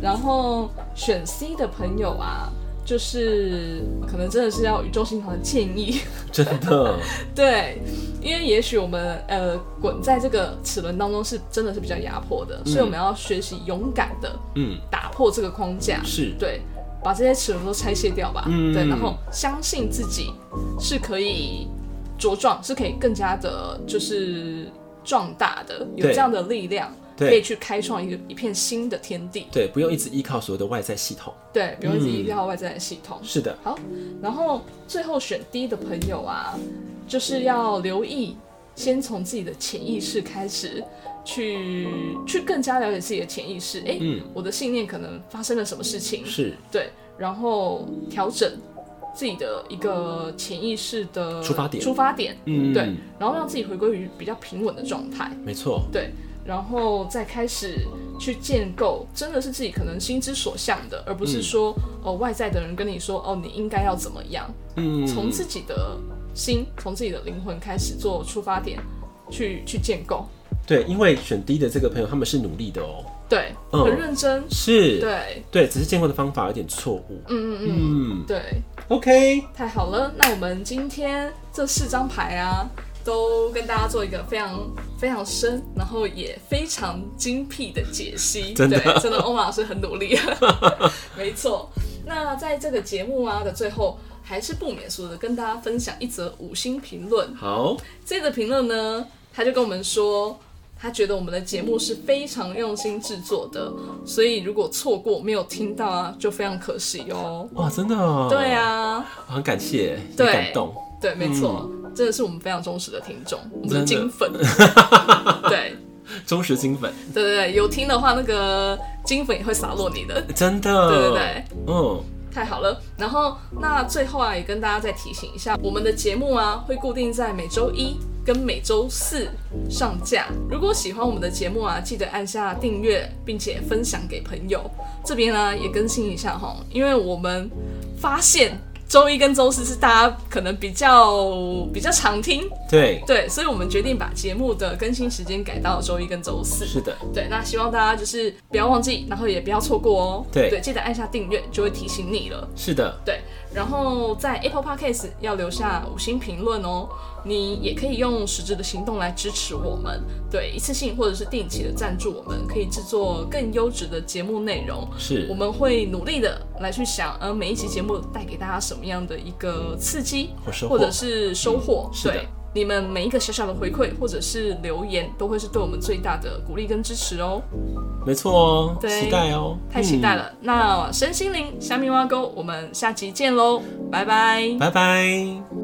Speaker 2: 然后选 C 的朋友啊，就是可能真的是要宇宙星堂的建议，
Speaker 1: 真的，
Speaker 2: 对，因为也许我们呃滚在这个齿轮当中是真的是比较压迫的，所以我们要学习勇敢的
Speaker 1: 嗯，
Speaker 2: 打破这个框架，
Speaker 1: 是，
Speaker 2: 对，把这些齿轮都拆卸掉吧，
Speaker 1: 嗯
Speaker 2: 对，然后相信自己是可以茁壮，是可以更加的，就是壮大的，有
Speaker 1: 对
Speaker 2: 这样的力量，
Speaker 1: 对
Speaker 2: 可以去开创一个一片新的天地，
Speaker 1: 对，不用一直依靠所有的外在系统。
Speaker 2: 对，不用一直
Speaker 1: 嗯
Speaker 2: 依靠外在的系统。
Speaker 1: 是的，
Speaker 2: 好，然后最后选 D 的朋友啊，就是要留意，先从自己的潜意识开始，去去更加了解自己的潜意识。哎、
Speaker 1: 嗯
Speaker 2: 我的信念可能发生了什么事情？
Speaker 1: 是
Speaker 2: 对，然后调整自己的一个潜意识的
Speaker 1: 出发点
Speaker 2: 出发点，
Speaker 1: 嗯
Speaker 2: 对，然后让自己回归于比较平稳的状态，
Speaker 1: 没错，
Speaker 2: 对，然后再开始去建构，真的是自己可能心之所向的，而不
Speaker 1: 嗯
Speaker 2: 是说、哦外在的人跟你说哦你应该要怎么样，
Speaker 1: 嗯，
Speaker 2: 从自己的心，从自己的灵魂开始做出发点，去去建构，
Speaker 1: 对，因为选 D 的这个朋友他们是努力的哦，
Speaker 2: 对，
Speaker 1: 嗯
Speaker 2: 很认真，
Speaker 1: 是，
Speaker 2: 对，
Speaker 1: 对，只是建构的方法有点错误。
Speaker 2: 嗯嗯嗯，
Speaker 1: 嗯
Speaker 2: 对。
Speaker 1: ，OK，
Speaker 2: 太好了，那我们今天这四张牌啊，都跟大家做一个非常非常深，然后也非常精辟的解析。
Speaker 1: 真的
Speaker 2: 对，真的，欧马老师很努力。 没错，那在这个节目啊的最后，还是不免俗的跟大家分享一则五星评论。
Speaker 1: 好，
Speaker 2: 这则评论呢，他就跟我们说。他觉得我们的节目是非常用心制作的，所以如果错过没有听到啊，就非常可惜哦。
Speaker 1: 哇，真的哦，
Speaker 2: 对啊，
Speaker 1: 很感谢，很
Speaker 2: 对
Speaker 1: 感动，
Speaker 2: 对，没错，真的是我们非常忠实的听众，我们的
Speaker 1: 真的
Speaker 2: 金粉。对
Speaker 1: 忠实金粉，
Speaker 2: 对对对，有听的话，那个金粉也会洒落你的。
Speaker 1: 真的，
Speaker 2: 对对对，
Speaker 1: 嗯，
Speaker 2: 太好了。然后那最后啊，也跟大家再提醒一下，我们的节目啊会固定在每周一。跟每周四上架。如果喜欢我们的节目啊，记得按下订阅，并且分享给朋友。这边呢、也更新一下哈，因为我们发现周一跟周四是大家可能比较比较常听，
Speaker 1: 对，
Speaker 2: 对，所以我们决定把节目的更新时间改到周一跟周四。
Speaker 1: 是的，
Speaker 2: 对，那希望大家就是不要忘记，然后也不要错过哦。
Speaker 1: 对
Speaker 2: 对，记得按下订阅，就会提醒你了。
Speaker 1: 是的，
Speaker 2: 对，然后在 Apple Podcast 要留下五星评论哦。你也可以用实质的行动来支持我们，对，一次性或者是定期的赞助我们，可以制作更优质的节目内容。
Speaker 1: 是
Speaker 2: 我，们会努力的来去想，呃，每一期节目带给大家什么样的一个刺激
Speaker 1: 或收，获嗯
Speaker 2: 或者是收获。
Speaker 1: 是的
Speaker 2: 对，你们每一个小小的回馈或者是留言，都会是对我们最大的鼓励跟支持哦。
Speaker 1: 没错哦，
Speaker 2: 对
Speaker 1: 期待哦，
Speaker 2: 太期待
Speaker 1: 嗯，
Speaker 2: 了！那身心灵虾米挖沟，我们下期见喽，拜拜
Speaker 1: 拜拜。